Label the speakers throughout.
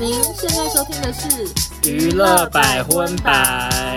Speaker 1: 您现在收听的是《
Speaker 2: 娱乐百分百》。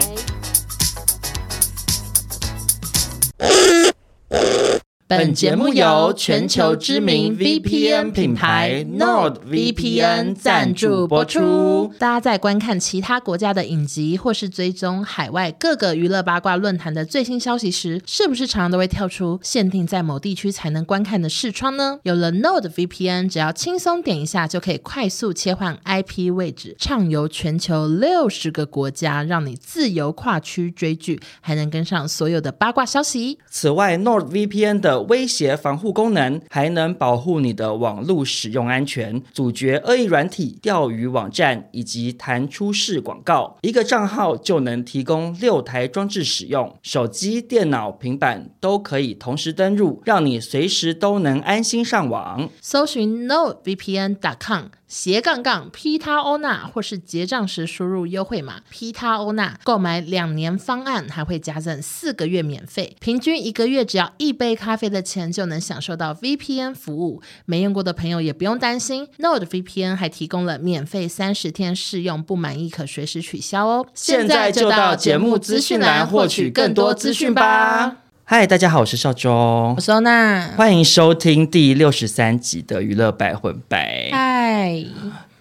Speaker 3: 本节目由全球知名 VPN 品牌 NordVPN 赞助播出。
Speaker 1: 大家在观看其他国家的影集，或是追踪海外各个娱乐八卦论坛的最新消息时，是不是常常都会跳出限定在某地区才能观看的视窗呢？有了 NordVPN，只要轻松点一下，就可以快速切换 IP 位置，畅游全球六十个国家，让你自由跨区追剧，还能跟上所有的八卦消息。
Speaker 3: 此外，NordVPN 的威胁防护功能还能保护你的网络使用安全，阻绝恶意软体、钓鱼网站以及弹出式广告。一个账号就能提供六台装置使用，手机、电脑、平板都可以同时登入，让你随时都能安心上网。
Speaker 1: 搜寻 novpn.com 斜杠杠 p i t a o n a 或是结账时输入优惠码 p i t a o n a 购买两年方案还会加赠四个月免费，平均一个月只要一杯咖啡的钱就能享受到 VPN 服务。没用过的朋友也不用担心，Node VPN 还提供了免费三十天试用，不满意可随时取消哦。
Speaker 3: 现在就到节目资讯栏获取更多资讯吧。嗨，大家好，我是邵忠
Speaker 1: 我，是欧娜，
Speaker 3: 欢迎收听第六十三集的娱乐百分百。
Speaker 1: 嗨，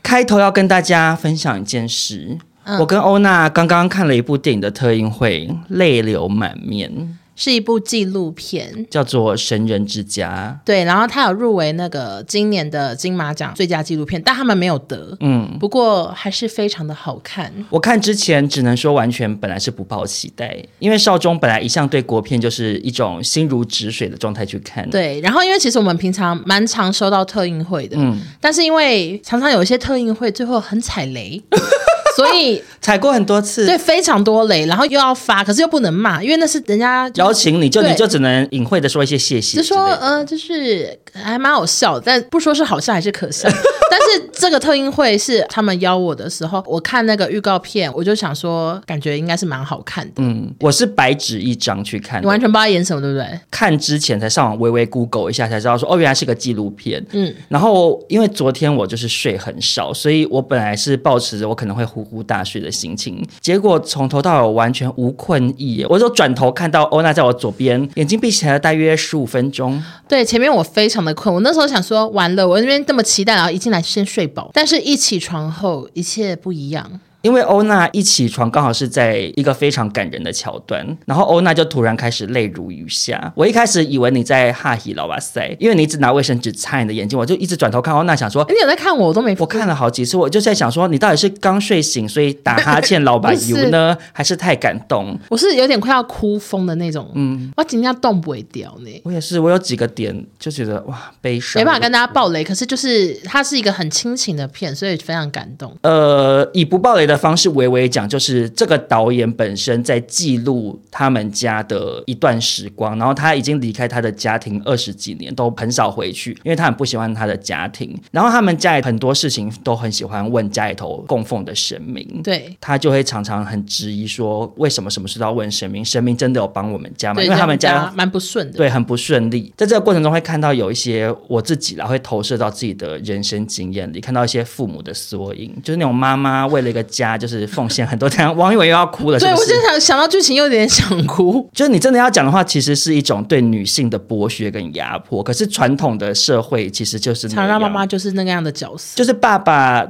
Speaker 3: 开头要跟大家分享一件事。
Speaker 1: 嗯
Speaker 3: 我跟欧娜刚刚看了一部电影的特映会，泪流满面，
Speaker 1: 是一部纪录片。
Speaker 3: 叫做《神人之家
Speaker 1: 对，然后他有入围那个今年的金马奖最佳纪录片，但他们没有得。》。
Speaker 3: 嗯，
Speaker 1: 不过还是非常的好看。
Speaker 3: 我看之前只能说完全本来是不抱期待，因为少中本来一向对国片就是一种心如止水的状态去看。，
Speaker 1: 对，然后因为其实我们平常蛮常收到特映会的，
Speaker 3: 嗯，
Speaker 1: 但是因为常常有一些特映会最后很踩雷， 所以
Speaker 3: 踩过很多次。
Speaker 1: 对非常多雷，然后又要发，可是又不能骂，因为那是人家就
Speaker 3: 邀请你就
Speaker 1: 对
Speaker 3: 你就只能隐晦的说一些谢谢
Speaker 1: 就
Speaker 3: 之类的，
Speaker 1: 说呃，就是还蛮好笑的，但不说是好笑还是可笑。 但是这个特映会是他们邀我的时候，我看那个预告片，我就想说，感觉应该是蛮好看的。
Speaker 3: 嗯，我是白纸一张去看
Speaker 1: 你
Speaker 3: 的，
Speaker 1: 完全不知道演什么，对不对？
Speaker 3: 看之前才上网微微 Google 一下，才知道说哦，原来是个纪录片。
Speaker 1: 嗯
Speaker 3: 嗯，然后因为昨天我就是睡很少，所以我本来是抱持着我可能会呼呼大睡的心情，结果从头到尾完全无困意耶。我就转头看到欧娜在我左边，眼睛闭起来了大约十五分钟。
Speaker 1: 对，前面我非常的困，我那时候想说，完了，我那边这么期待，然后一进来先睡饱，但是一起床后一切不一样。
Speaker 3: 因为欧娜一起床刚好是在一个非常感人的桥段，然后欧娜就突然开始泪如雨下。我一开始以为你在哈希老哇塞，因为你一直拿卫生纸擦你的眼睛，我就一直转头看欧娜，想说
Speaker 1: 哎，你有在看我，我都没
Speaker 3: 我看了好几次，我就在想说，你到底是刚睡醒所以打哈欠老 板油呢，还是太感动？
Speaker 1: 我是有点快要哭疯的那种，嗯，我今天动不会掉呢。
Speaker 3: 我也是，我有几个点就觉得哇，悲伤。
Speaker 1: 没办法跟大家爆雷，可是就是它是一个很亲情的片，所以非常感动。
Speaker 3: 呃，以不暴雷的方式娓娓讲，就是这个导演本身在记录他们家的一段时光，然后他已经离开他的家庭二十几年，都很少回去，因为他很不喜欢他的家庭。然后他们家里很多事情都很喜欢问家里头供奉的神明，
Speaker 1: 对，
Speaker 3: 他就会常常很质疑说，为什么什么事都要问神明？神明真的有帮我们家吗？
Speaker 1: 对，
Speaker 3: 因为他们
Speaker 1: 这样
Speaker 3: 家
Speaker 1: 家蛮不顺的。
Speaker 3: 对很不顺利，在这个过程中会看到有一些我自己啦，会投射到自己的人生经验里，看到一些父母的缩影，就是那种妈妈为了一个家就是奉献很多。等一下王一文又要哭 了，是
Speaker 1: 对，
Speaker 3: 不
Speaker 1: 我
Speaker 3: 是？
Speaker 1: 就想想到剧情有点想哭。
Speaker 3: 就是你真的要讲的话，其实是一种对女性的剥削跟压迫。可是传统的社会其实就是那
Speaker 1: 常让妈
Speaker 3: 样
Speaker 1: 妈就是那个样的角色。
Speaker 3: 就是爸爸，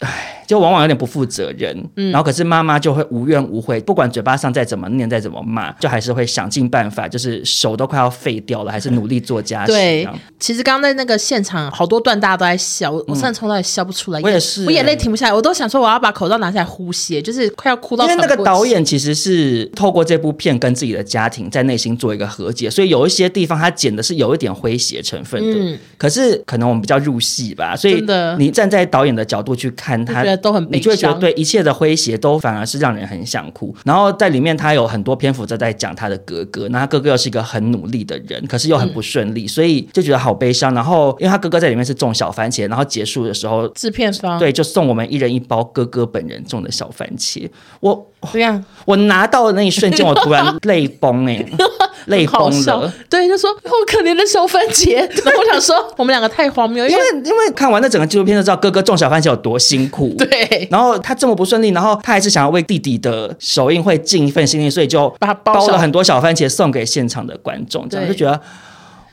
Speaker 3: 唉，就往往有点不负责任，
Speaker 1: 嗯
Speaker 3: 然后可是妈妈就会无怨无悔，不管嘴巴上再怎么念，再怎么骂，就还是会想尽办法，就是手都快要废掉了，还是努力做家事。这
Speaker 1: 对
Speaker 3: 样，
Speaker 1: 其实刚刚在那个现场，好多段大家都在笑，我我甚至从来笑不出来，
Speaker 3: 嗯我也是
Speaker 1: 呃我眼泪停不下来，我都想说我要把口罩拿下来呼吸，就是快要哭到。
Speaker 3: 因为那个导，演其实是透过这部片跟自己的家庭在内心做一个和解，所以有一些地方他剪的是有一点诙谐成分的。
Speaker 1: 嗯
Speaker 3: 可是可能我们比较入戏吧，所以
Speaker 1: 真的
Speaker 3: 你站在导演的角度去看他，
Speaker 1: 就觉得都很悲
Speaker 3: 你就会觉得
Speaker 1: 伤
Speaker 3: 对一切的诙谐都反而是让人很想哭。然后在里面他有很多篇幅在在讲他的哥哥，那他哥哥又是一个很努力的人，可是又很不顺
Speaker 1: 嗯
Speaker 3: 利，所以就觉得好悲伤。然后因为他哥哥在里面是种小番茄，然后结束的时候。
Speaker 1: 制片方，
Speaker 3: 对，就送我们一人一包哥哥本人种的小番茄。我
Speaker 1: 这样
Speaker 3: 我拿到的那一瞬间，我突然泪崩哎、泪
Speaker 1: 好
Speaker 3: 崩
Speaker 1: 笑
Speaker 3: 了。，
Speaker 1: 对，就说好可怜的小番 茄。然后我想说，我们两个太荒谬，因
Speaker 3: 因
Speaker 1: 为
Speaker 3: 为因为看完那整个纪录片就知道哥哥种小番茄有多辛苦。。
Speaker 1: 对，
Speaker 3: 然后他这么不顺利，然后他还是想要为弟弟的首映会尽一份心力，所以就
Speaker 1: 把它包
Speaker 3: 包了
Speaker 1: 上
Speaker 3: 很多小番茄送给现场的观众，这样就
Speaker 1: 对
Speaker 3: 觉得。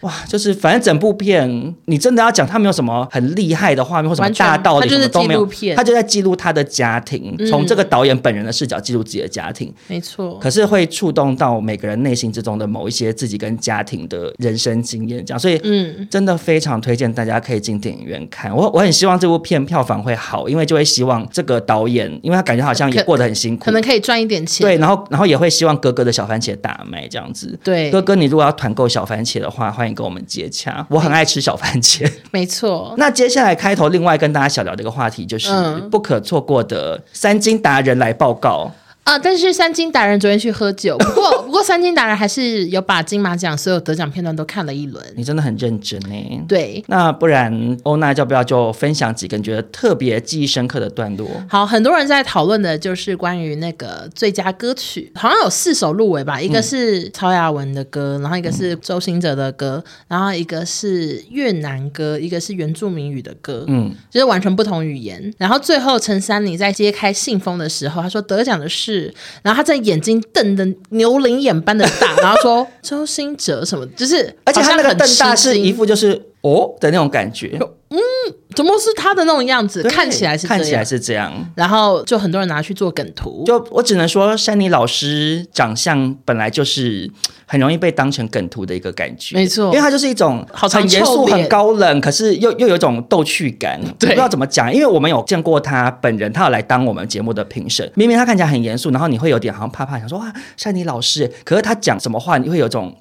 Speaker 3: 哇，就是反正整部片，你真的要讲他没有什么很厉害的画面或什么
Speaker 1: 完全
Speaker 3: 大道理，
Speaker 1: 它就是
Speaker 3: 什么都没有
Speaker 1: 纪录片
Speaker 3: 他就在记录他的家庭，
Speaker 1: 嗯
Speaker 3: 从这个导演本人的视角记录自己的家庭，
Speaker 1: 没错，
Speaker 3: 可是会触动到每个人内心之中的某一些自己跟家庭的人生经验，这样，所以
Speaker 1: 嗯，
Speaker 3: 真的非常推荐大家可以进电影院看。我我很希望这部片票房会好，因为就会希望这个导演，因为他感觉好像也
Speaker 1: 可
Speaker 3: 过得很辛苦，
Speaker 1: 可能可以赚一点钱。
Speaker 3: 对，然后然后也会希望哥哥的小番茄大卖这样子。
Speaker 1: 对
Speaker 3: 哥哥，你如果要团购小番茄的话，欢迎跟我们接洽。我很爱吃小番茄。
Speaker 1: 没错，
Speaker 3: 那接下来开头另外跟大家小聊的一个话题，就是
Speaker 1: 嗯
Speaker 3: 不可错过的三金达人来报告。
Speaker 1: 啊，但是三金达人昨天去喝酒，不过不过三金达人还是有把金马奖所有得奖片段都看了一轮。
Speaker 3: 你真的很认真呢。
Speaker 1: 对，
Speaker 3: 那不然欧娜要不要就分享几个你觉得特别记忆深刻的段落？
Speaker 1: 好，很多人在讨论的就是关于那个最佳歌曲，好像有四首入围吧，一个
Speaker 3: 嗯
Speaker 1: 是曹雅文的歌，然后一个是周兴哲的歌，然后一个是越南歌，一个是原住民语的歌，
Speaker 3: 嗯，
Speaker 1: 就是完全不同语言。然后最后陈珊妮在揭开信封的时候，她说得奖的是，然后她在眼睛瞪得牛羚眼般的 大，然后说周兴哲什么，就是
Speaker 3: 而且他
Speaker 1: 好像
Speaker 3: 那个
Speaker 1: 很
Speaker 3: 瞪大
Speaker 1: 吃
Speaker 3: 是一
Speaker 1: 惊
Speaker 3: 副就是哦的那种感觉，
Speaker 1: 怎么是他的那种样子，
Speaker 3: 对
Speaker 1: 看起来是
Speaker 3: 看
Speaker 1: 这
Speaker 3: 起
Speaker 1: 样
Speaker 3: 来是这样。
Speaker 1: 然后就很多人拿去做梗图，
Speaker 3: 就我只能说，山妮老师长相本来就是很容易被当成梗图的一个感觉，
Speaker 1: 没错
Speaker 3: 因为他就是一种
Speaker 1: 好常
Speaker 3: 很严肃、
Speaker 1: 臭脸
Speaker 3: 很高冷，可是又又有一种逗趣 感。我不知道怎么讲，因为我们有见过他本人，他有来当我们节目的评审。明明他看起来很严肃，然后你会有点好像怕怕，想说哇，山妮老师，可是他讲什么话，你会有一种。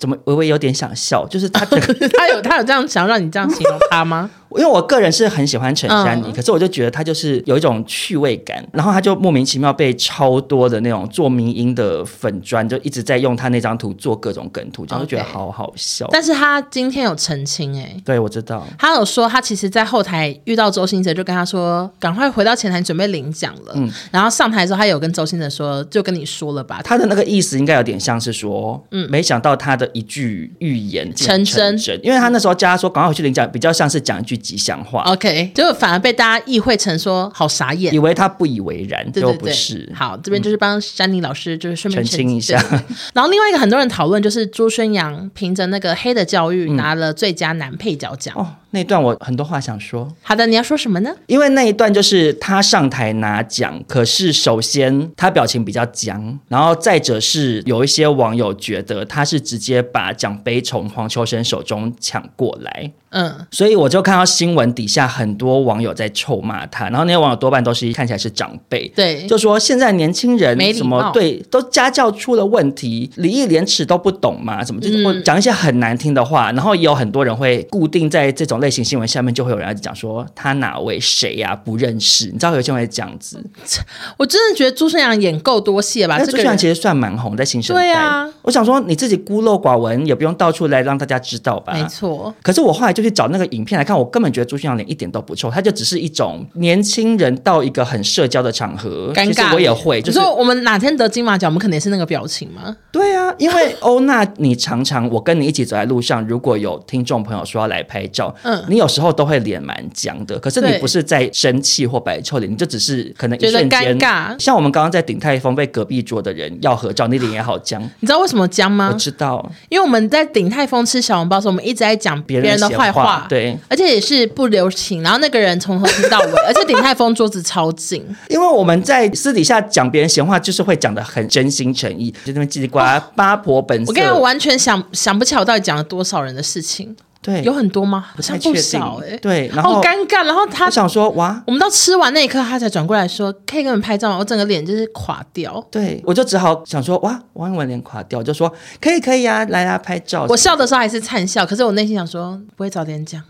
Speaker 3: 怎么微微有点想笑，就是他整个
Speaker 1: 他有他有这样想让你这样形容他吗？
Speaker 3: 因为我个人是很喜欢陈珊妮，
Speaker 1: 嗯
Speaker 3: 可是我就觉得她就是有一种趣味感，然后她就莫名其妙被超多的那种做迷音的粉砖，就一直在用她那张图做各种梗图，然后就觉得
Speaker 1: OK
Speaker 3: 好 好笑。
Speaker 1: 但是他今天有澄清哎、
Speaker 3: 对，我知道，
Speaker 1: 他有说，他其实，在后台遇到周星哲，就跟他说：“赶快回到前台准备领奖了。
Speaker 3: 嗯
Speaker 1: 然后上台的时候，他有跟周星哲说：“就跟你说了吧，
Speaker 3: 她的那个意思应该有点像是说，嗯，没想到她的一句预言竟然
Speaker 1: 成真
Speaker 3: 真，因为她那时候叫她说赶快回去领奖，比较像是讲一句吉祥话，
Speaker 1: OK，结果反而被大家意会成说好傻眼
Speaker 3: 以。为她不以为然，
Speaker 1: 对
Speaker 3: 结果
Speaker 1: 对
Speaker 3: 不
Speaker 1: 对，
Speaker 3: 是，
Speaker 1: 好，这边就是帮珊妮老师就是顺便
Speaker 3: 澄清一下。
Speaker 1: 对对对然后另外一个很多人讨论就是朱宣阳凭着那个《黑的教
Speaker 3: 嗯
Speaker 1: 育》拿了最佳男配角奖。
Speaker 3: 哦，那段我很多话想说。
Speaker 1: 好的，你要说什么呢？
Speaker 3: 因为那一段就是他上台拿奖，可是首先他表情比较僵，然后再者是有一些网友觉得他是直接把奖杯从黄秋生手中抢过来，
Speaker 1: 嗯，
Speaker 3: 所以我就看到新闻底下很多网友在臭骂他，然后那些网友多半都是看起来是长辈。
Speaker 1: 对，
Speaker 3: 就说现在年轻人
Speaker 1: 哎没礼
Speaker 3: 什么
Speaker 1: 貌
Speaker 3: 对都家教出了问题，礼义廉耻都不懂嘛，什么就是
Speaker 1: 嗯
Speaker 3: 会讲一些很难听的话，然后也有很多人会固定在这种类型新闻下面就会有人来讲说他哪位谁呀、不认识，你知道有些人会这样子。
Speaker 1: 我真的觉得朱宣阳演够多戏了吧？
Speaker 3: 那
Speaker 1: 这
Speaker 3: 朱
Speaker 1: 个
Speaker 3: 炫
Speaker 1: 人
Speaker 3: 其实算蛮红，在新生代。
Speaker 1: 对啊
Speaker 3: 我想说你自己孤陋寡闻，也不用到处来让大家知道吧。
Speaker 1: 没错，
Speaker 3: 可是我后来就去找那个影片来看，我根本觉得朱迅阳脸一点都不臭，他就只是一种年轻人到一个很社交的场合，
Speaker 1: 尴
Speaker 3: 其
Speaker 1: 尬。
Speaker 3: 实我也会，就是
Speaker 1: 你说我们哪天得金马奖，我们肯定是那个表情吗？
Speaker 3: 对啊，因为欧娜，你常常我跟你一起走在路上，如果有听众朋友说要来拍照，
Speaker 1: 嗯
Speaker 3: 你有时候都会脸蛮僵的，可是你
Speaker 1: 对
Speaker 3: 不是在生气或摆臭脸，你就只是可能一
Speaker 1: 觉得
Speaker 3: 瞬间
Speaker 1: 尴。尬。
Speaker 3: 像我们刚刚在鼎泰丰被隔壁桌的人要合照，你脸也好僵。
Speaker 1: 你知道为什么僵
Speaker 3: 我
Speaker 1: 吗？
Speaker 3: 知道
Speaker 1: 因为我们在鼎泰丰吃小笼包的时候，我们一直在讲别
Speaker 3: 别
Speaker 1: 人的
Speaker 3: 闲
Speaker 1: 坏
Speaker 3: 话，对，
Speaker 1: 而且也是不留情，然后那个人从头听到尾， 而且鼎泰丰桌子超 近，
Speaker 3: 因为我们在私底下讲别人闲话，就是会讲的很真心诚意，就那边叽里呱啦八婆本色。
Speaker 1: 我跟你讲，我完全想想不起来我到底讲了多少人的事情，
Speaker 3: 对，
Speaker 1: 有很多吗？好
Speaker 3: 不太
Speaker 1: 像
Speaker 3: 确
Speaker 1: 不
Speaker 3: 定
Speaker 1: 少哎、
Speaker 3: 对，然
Speaker 1: 好
Speaker 3: 后
Speaker 1: 尴尬。然后他
Speaker 3: 我，想说哇，
Speaker 1: 我们到吃完那一刻，他才转过来说：“可以跟你们拍照吗？”我整个脸就是垮掉。
Speaker 3: 对，我就只好想说，哇，王一文脸垮掉，就说可以可以啊，来啊，拍照。
Speaker 1: 我笑的时候还是灿笑，可是我 内心想说，不会早点讲，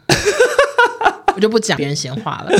Speaker 1: 我就不讲别人闲话了。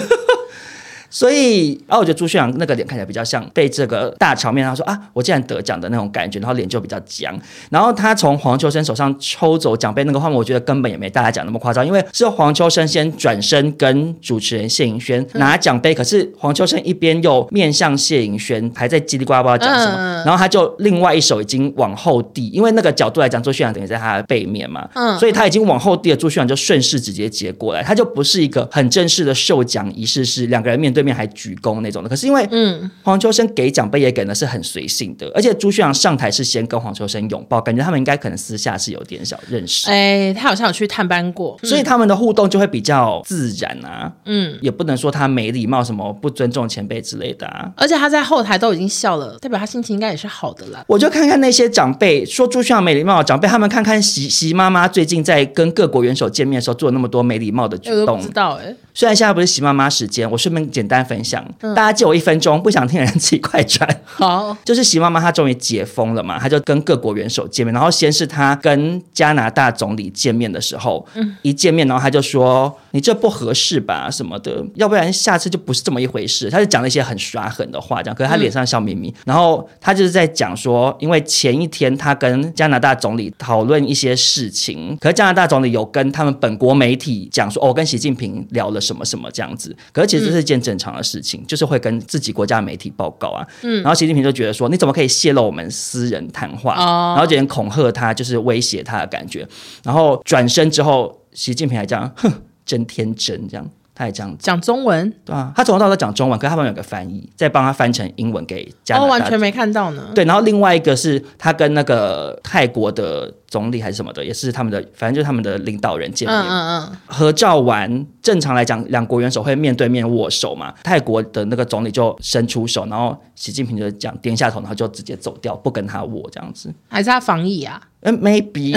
Speaker 3: 所以，啊，我觉得朱炫阳那个脸看起来比较像被这个大场面，他说啊，我竟然得奖的那种感觉，然后脸就比较僵。然后他从黄秋生手上抽走奖杯那个画面，我觉得根本也没大家讲那么夸张，因为是黄秋生先转身跟主持人谢盈萱拿奖杯，可是黄秋生一边又面向谢盈萱，还在叽里呱啦不知道讲什么，
Speaker 1: 嗯
Speaker 3: 然后他就另外一手已经往后递，因为那个角度来讲，朱炫阳等于在他的背面嘛，
Speaker 1: 嗯
Speaker 3: 所以他已经往后递了，朱炫阳就顺势直接接过来，他就不是一个很正式的授奖仪式，是两个人面对面还鞠躬那种的。可是因为
Speaker 1: 嗯，
Speaker 3: 黄秋生给奖杯也给的是很随性的，而且朱炫阳上台是先跟黄秋生拥抱，感觉他们应该可能私下是有点小认识，
Speaker 1: 哎、他好像有去探班过，
Speaker 3: 所以他们的互动就会比较自然啊，
Speaker 1: 嗯，
Speaker 3: 也不能说他没礼貌什么不尊重前辈之类的啊。
Speaker 1: 而且他在后台都已经笑了，代表他心情应该也是好的啦。
Speaker 3: 我就看看那些长辈说朱炫阳没礼貌的长辈，他们看看习习妈妈最近在跟各国元首见面的时候做了那么多没礼貌的举
Speaker 1: 哎我都
Speaker 3: 动
Speaker 1: 不知，道哎、
Speaker 3: 虽然现在不是习妈妈时间，我顺便简单分享，大家借我一分钟，不想听的人自己快转。
Speaker 1: 好，
Speaker 3: 就是习妈妈她终于解封了嘛，她就跟各国元首见面，然后先是她跟加拿大总理见面的时候，一见面然哦后她就说：“你这不合适吧，什么的，要不然下次就不是这么一回事。”她就讲了一些很耍狠的话，这样，可是她脸上笑眯眯，然后她就是在讲说，因为前一天她跟加拿大总理讨论一些事情，可是加拿大总理有跟他们本国媒体讲说，哦，我跟习近平聊了什么什么这样子，可是其实这是一件正常的事情，就是会跟自己国家的媒体报告啊，
Speaker 1: 嗯
Speaker 3: 然后习近平就觉得说，你怎么可以泄露我们私人谈话？
Speaker 1: 哦
Speaker 3: 然后有点恐吓他，就是威胁他的感觉。然后转身之后，习近平还这样，哼，真天真，这样，他也这样子，
Speaker 1: 讲中文，
Speaker 3: 对啊，他从头到尾都讲中文，可是他们有个翻译，再帮他翻成英文给加拿
Speaker 1: 哦，
Speaker 3: 大。
Speaker 1: 完全没看到呢。
Speaker 3: 对，然后另外一个是他跟那个泰国的总理还是什么的，也是他们的，反正就是他们的领导人见面。
Speaker 1: 嗯嗯嗯，
Speaker 3: 合照完，正常来讲，两国元首会面对面握手嘛。泰国的那个总理就伸出手，然后习近平就讲点下头，然后就直接走掉，不跟他握这样子。
Speaker 1: 还是他防疫啊，
Speaker 3: 嗯，maybe，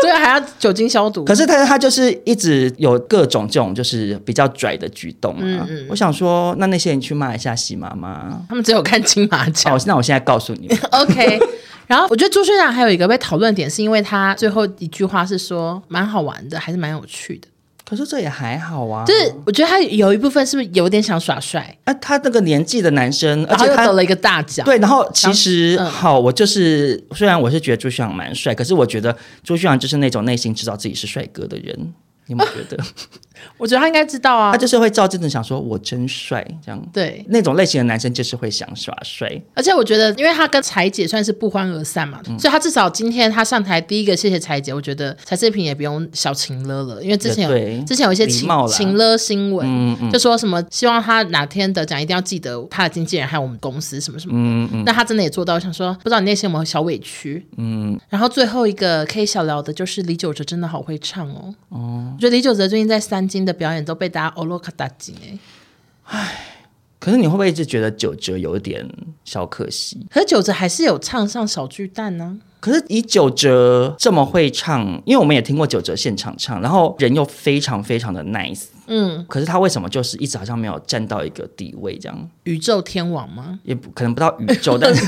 Speaker 1: 对，啊还要酒精消毒。
Speaker 3: 可是他他就是一直有各种这种就是比较拽的举动啊。
Speaker 1: 嗯嗯
Speaker 3: 我想说，那那些人去骂一下习妈 妈。
Speaker 1: 他们只有看金马奖
Speaker 3: 好，。那我现在告诉你，
Speaker 1: OK，然后我觉得朱轩然还有一个被讨论点，是因为他最后一句话是说蛮好玩的，还是蛮有趣的。
Speaker 3: 可是这也还好啊。
Speaker 1: 就是我觉得他有一部分是不是有点想耍帅，
Speaker 3: 啊，他那个年纪的男生，而
Speaker 1: 然后
Speaker 3: 且
Speaker 1: 又
Speaker 3: 他
Speaker 1: 得了一个大奖。
Speaker 3: 对，然后其实、
Speaker 1: 嗯
Speaker 3: 好，我就是虽然我是觉得朱旭阳蛮帅，可是我觉得朱旭阳就是那种内心知道自己是帅哥的人，你们觉 得？
Speaker 1: 我觉得他应该知道啊
Speaker 3: 他。就是会照镜子想说我真帅这样。
Speaker 1: 对，
Speaker 3: 那种类型的男生就是会想耍帅，
Speaker 1: 而且我觉得，因为他跟柴姐算是不欢而散嘛，
Speaker 3: 嗯
Speaker 1: 所以他至少今天他上台第一个谢谢柴姐，我觉得柴智屏也不用小情勒了，因为之前
Speaker 3: 也对
Speaker 1: 有之前有一些
Speaker 3: 礼
Speaker 1: 情
Speaker 3: 貌啦
Speaker 1: 情勒新闻，
Speaker 3: 嗯嗯
Speaker 1: 就说什么希望他哪天得奖一定要记得他的经纪人还有我们公司什么什么的。
Speaker 3: 嗯嗯，
Speaker 1: 那他真的也做到，我想说不知道你内心有没有小委屈。嗯，然后最后一个可以小聊的就是李玖哲真的好会唱哦。哦，我觉得李玖哲最近在三金的表演都被大家欧洛卡打金哎。
Speaker 3: 可是你会不会一直觉得九哲有点小可惜？
Speaker 1: 可是玖哲还是有唱上小巨蛋呢、
Speaker 3: 可是以九哲这么会唱，因为我们也听过九哲现场唱，然后人又非常非常的 nice，
Speaker 1: 嗯，
Speaker 3: 可是他为什么就是一直好像没有站到一个地位这样？
Speaker 1: 宇宙天王吗？
Speaker 3: 也不可能不到宇宙，但是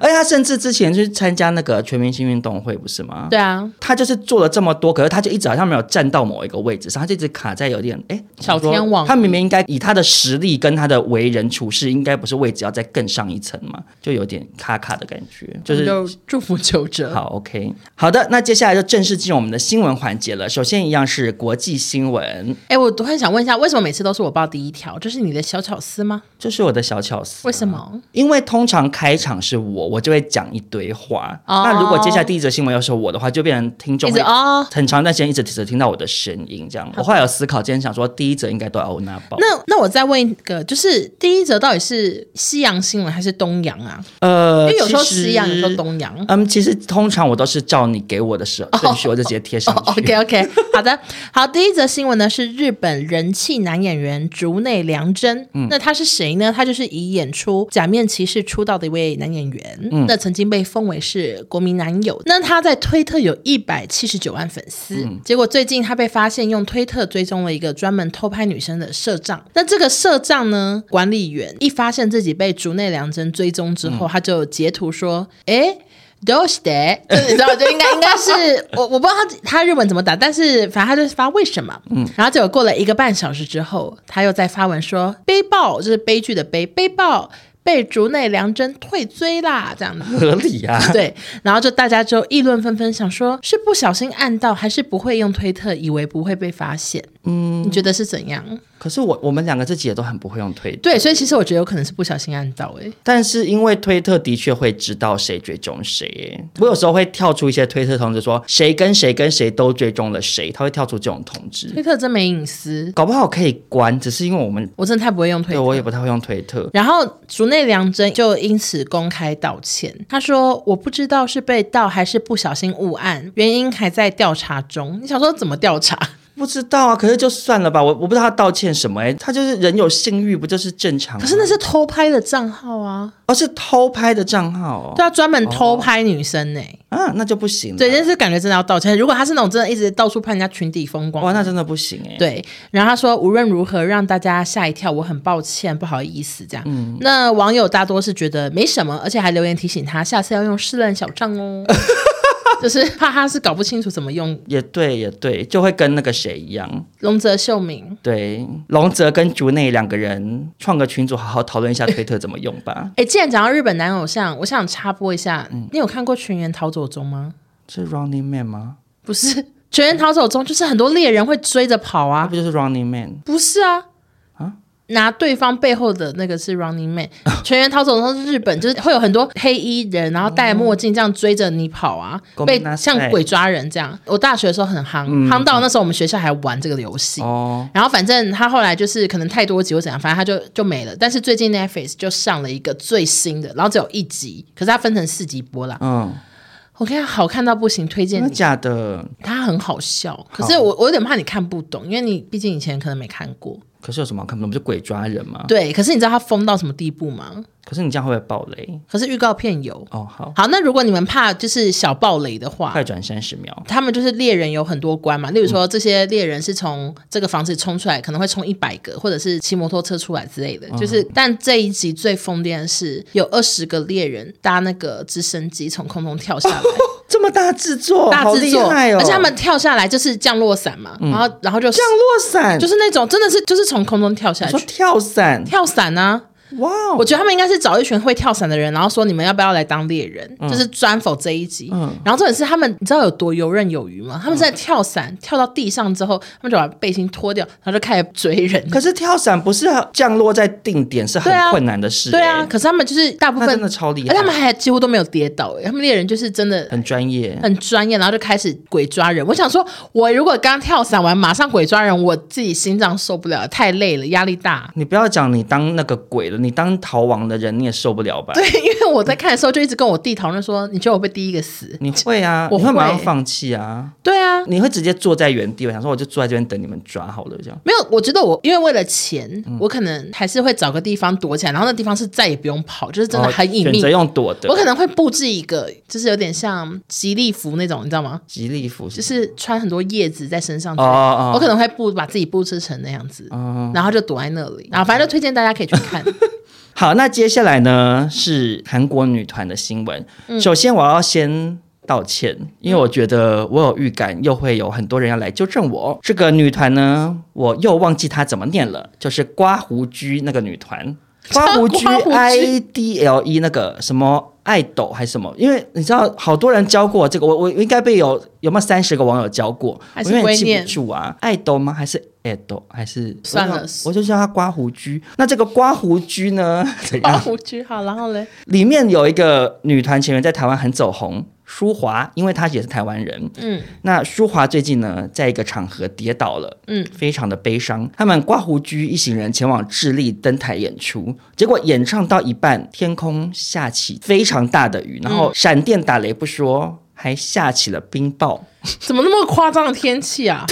Speaker 3: 而且他甚至之前去参加那个全明星运动会，不是吗？
Speaker 1: 对啊，
Speaker 3: 他就是做了这么多，可是他就一直好像没有站到某一个位置上，他就一直卡在有点哎、
Speaker 1: 小天王
Speaker 3: 我说他明明应该以他的实力跟他的为人处事，应该不是位置要再更上一层嘛，就有点卡卡的感觉，就是
Speaker 1: 我们就祝福玖哲。
Speaker 3: 好，OK，好的，那接下来就正式进入我们的新闻环节了。首先一样是国际新闻，
Speaker 1: 哎、我突然想问一下，为什么每次都是我报第一条？这是你的小巧思吗？
Speaker 3: 这是啊我的小巧思。
Speaker 1: 为什么？
Speaker 3: 因为通常开场是我，我就会讲一堆话。
Speaker 1: 哦
Speaker 3: 那如果接下来第一则新闻又是我的话，就变成听众
Speaker 1: 一直
Speaker 3: 会
Speaker 1: 哦。
Speaker 3: 很长一段时间一直只听到我的声音这样。我后来有思考，今天想说第一则应该都要欧娜报。
Speaker 1: 那那我再问一个，就是第一则到底是西洋新闻还是东洋啊？
Speaker 3: 呃，
Speaker 1: 因为有时候
Speaker 3: 其实
Speaker 1: 西洋，有时候。东洋。
Speaker 3: 嗯，其实通常我都是照你给我的时顺序，我就直接贴上
Speaker 1: 哦哦、o
Speaker 3: 去。
Speaker 1: k OK，好 的，好，第一则新闻呢是日本人气男演员竹内良真，
Speaker 3: 嗯
Speaker 1: 那他是谁呢？他就是以演出《假面骑士》出道的一位男演员，
Speaker 3: 嗯
Speaker 1: 那曾经被封为是国民男友。那他在推特有一百七十九万粉丝，
Speaker 3: 嗯
Speaker 1: 结果最近他被发现用推特追踪了一个专门偷拍女生的摄账。那这个摄账呢，管
Speaker 3: 嗯
Speaker 1: 理员一发现自己被竹内良真追踪之后，他就截图说：“诶。 do s t e 就你知道，就应该应该是 我我不知道他他日文怎么打，但是反正他就是发为什么，嗯，然后结果过了一个半小时之后，他又在发文说悲报，就是悲剧的悲，悲报被竹内良真退追啦，这样 子。
Speaker 3: 合理啊。
Speaker 1: 对，然后就大家就议论纷纷，想说是不小心按到，还是不会用推特，以为不会被发现？嗯，你觉得是怎样？
Speaker 3: 可是我我们两个自己也都很不会用推特，
Speaker 1: 对，所以其实我觉得有可能是不小心按到、欸，
Speaker 3: 但是因为推特的确会知道谁追踪谁耶。我有时候会跳出一些推特通知说谁跟谁跟谁都追踪了谁，它会跳出这种通知。
Speaker 1: 推特真没隐私，
Speaker 3: 搞不好可以关，只是因为我们
Speaker 1: 我真的太不会用推
Speaker 3: 对
Speaker 1: 特。
Speaker 3: 我也不太会用推特。
Speaker 1: 然后竹内良真就因此公开道歉，他说：“我不知道是被盗还是不小心误按，原因还在调查中。”你想说怎么调查？
Speaker 3: 不知道啊，可是就算了吧，我我不知道他道歉什么哎、他就是人有性欲，不就是正常吗？
Speaker 1: 可是那是偷拍的账号啊，
Speaker 3: 哦是偷拍的账号、哦、
Speaker 1: 对啊，专门偷拍女生呢、
Speaker 3: 啊，那就不行了。
Speaker 1: 对，但是感觉真的要道歉。如果他是那种真的一直到处拍人家群体风光，
Speaker 3: 哇，那真的不行哎、
Speaker 1: 对。然后他说，无论如何让大家吓一跳，我很抱歉，不好意思这样。那网友大多是觉得没什么，而且还留言提醒他，下次要用适量小账哦，就是怕他是搞不清楚怎么用。
Speaker 3: 也对，也对，就会跟那个谁一样，
Speaker 1: 龙泽秀明，。
Speaker 3: 对，龙泽跟竹内两个人创个群组，好好讨论一下推特怎么用吧
Speaker 1: 哎，既然讲到日本男偶像，我想插播一下，你有看过《全员逃走中》吗？
Speaker 3: 是 Running Man 吗？
Speaker 1: 不是，《全员逃走中》就是很多猎人会追着跑啊
Speaker 3: 啊，，不就是 Running Man？
Speaker 1: 不是啊，拿对方背后的那个是 Running Man，全员逃走都是日本，就是会有很多黑衣人，然后戴墨镜这样追着你跑啊，
Speaker 3: ごめ
Speaker 1: 被
Speaker 3: んなさい
Speaker 1: 像鬼抓人这样。我大学的时候很夯，夯到那时候我们学校还玩这个游戏。
Speaker 3: 哦，
Speaker 1: 然后反正他后来就是可能太多集或怎样，反正他就就没了。但是最近 Netflix 就上了一个最新的，然后只有一集，可是它分成四集播啦。
Speaker 3: 嗯，
Speaker 1: 我看好看到不行，推
Speaker 3: 真
Speaker 1: 荐
Speaker 3: 的
Speaker 1: 你。
Speaker 3: 假的？
Speaker 1: 它很好笑，可是我我有点怕你看不懂，因为你毕竟以前可能没看过。
Speaker 3: 可是有什么好看不懂？不就鬼抓人吗？
Speaker 1: 对，可是你知道他疯到什么地步吗？
Speaker 3: 可是你这样会不会爆雷？
Speaker 1: 可是预告片有。
Speaker 3: 哦，好，
Speaker 1: 好，那如果你们怕就是小暴雷的话
Speaker 3: 快，转三十秒。
Speaker 1: 他们就是猎人有很多关嘛，
Speaker 3: 嗯
Speaker 1: 例如说这些猎人是从这个房子冲出来，可能会冲一百个，或者是骑摩托车出来之类
Speaker 3: 嗯
Speaker 1: 的。就是，但这一集最疯癫的是有二十个猎人搭那个直升机从空中跳下来，
Speaker 3: 这么大制作，
Speaker 1: 大
Speaker 3: 哦好
Speaker 1: 制
Speaker 3: 厉
Speaker 1: 作，
Speaker 3: 害哦！嗯
Speaker 1: 而且他们跳下来就是降落伞嘛，然后然后就
Speaker 3: 降落伞，
Speaker 1: 就是那种真的是就是从空中跳下
Speaker 3: 你
Speaker 1: 来
Speaker 3: 说跳伞，
Speaker 1: 跳伞啊，
Speaker 3: 哇哦！
Speaker 1: 我觉得他们应该是找一群会跳伞的人，然后说你们要不要来当猎人，
Speaker 3: 嗯
Speaker 1: 就是专否这一集。然后重点是他们，你知道有多游刃有余吗？他们在跳 伞、跳到地上之后，他们就把背心脱掉，然后就开始追人。
Speaker 3: 可是跳伞不是降落在定点是
Speaker 1: 对
Speaker 3: 很
Speaker 1: 啊
Speaker 3: 困难的事、
Speaker 1: 对啊，
Speaker 3: 欸，
Speaker 1: 可是他们就是大部
Speaker 3: 那真
Speaker 1: 分
Speaker 3: 的，超厉
Speaker 1: 而且他们
Speaker 3: 害，
Speaker 1: 还几乎都没有跌倒、欸。他们猎人就是真的
Speaker 3: 很专业。
Speaker 1: 很专业，然后就开始鬼抓人。我想说，我如果刚跳伞完马上鬼抓人，我自己心脏受不了，太累了，压力大。
Speaker 3: 你不要讲你当那个鬼了，你当逃亡的人你也受不了吧？
Speaker 1: 对，因为我在看的时候就一直跟我弟讨论说，你觉得我会第一个死？
Speaker 3: 你会啊，
Speaker 1: 我
Speaker 3: 你会马
Speaker 1: 会
Speaker 3: 上放弃啊，
Speaker 1: 对啊，
Speaker 3: 你会直接坐在原地。我想说，我就坐在这边等你们抓好了，这样。
Speaker 1: 没有，我觉得我因为为了钱，
Speaker 3: 嗯
Speaker 1: 我可能还是会找个地方躲起来，然后那地方是再也不用跑，就是真的很隐
Speaker 3: 哦选
Speaker 1: 秘。
Speaker 3: 择用躲的。
Speaker 1: 我可能会布置一个，就是有点像吉利服那种，你知道吗？
Speaker 3: 吉利服
Speaker 1: 就
Speaker 3: 就是
Speaker 1: 穿很多叶子在身上。
Speaker 3: 哦哦
Speaker 1: 我
Speaker 3: 哦，
Speaker 1: 可能会布把自己布置成那样子，然后就躲在那里。然后反正就推荐大家可以去 看。
Speaker 3: 好，那接下来呢是韩国女团的新闻。
Speaker 1: 嗯
Speaker 3: 首先，我要先。道歉，因为我觉得我有预感又会有很多人要来纠正我。这个女团呢，我又忘记她怎么念了，就是刮胡居那个女团，刮胡 居
Speaker 1: 刮胡居
Speaker 3: I D L E 那个什么爱豆还是什么？因为你知道，好多人教过我这个，我我应该被有有没有三十个网友教过，
Speaker 1: 还是
Speaker 3: 我永远
Speaker 1: 归
Speaker 3: 记
Speaker 1: 念
Speaker 3: 不住啊，爱豆吗？还是爱豆？还是
Speaker 1: 算了
Speaker 3: 我就我就叫他刮胡居。那这个刮胡居呢？怎
Speaker 1: 刮
Speaker 3: 样？
Speaker 1: 胡须啊好，然后嘞，
Speaker 3: 里面有一个女团成员在台湾很走红，舒华，因为她也是台湾人。
Speaker 1: 嗯，
Speaker 3: 那舒华最近呢，在一个场合跌倒了，
Speaker 1: 嗯，
Speaker 3: 非常的悲伤。他们刮胡居一行人前往智利登台演出，结果演唱到一半，天空下起非常大的雨，然后闪电打雷不说，还下起了冰雹。
Speaker 1: 怎么那么夸张的天气 啊？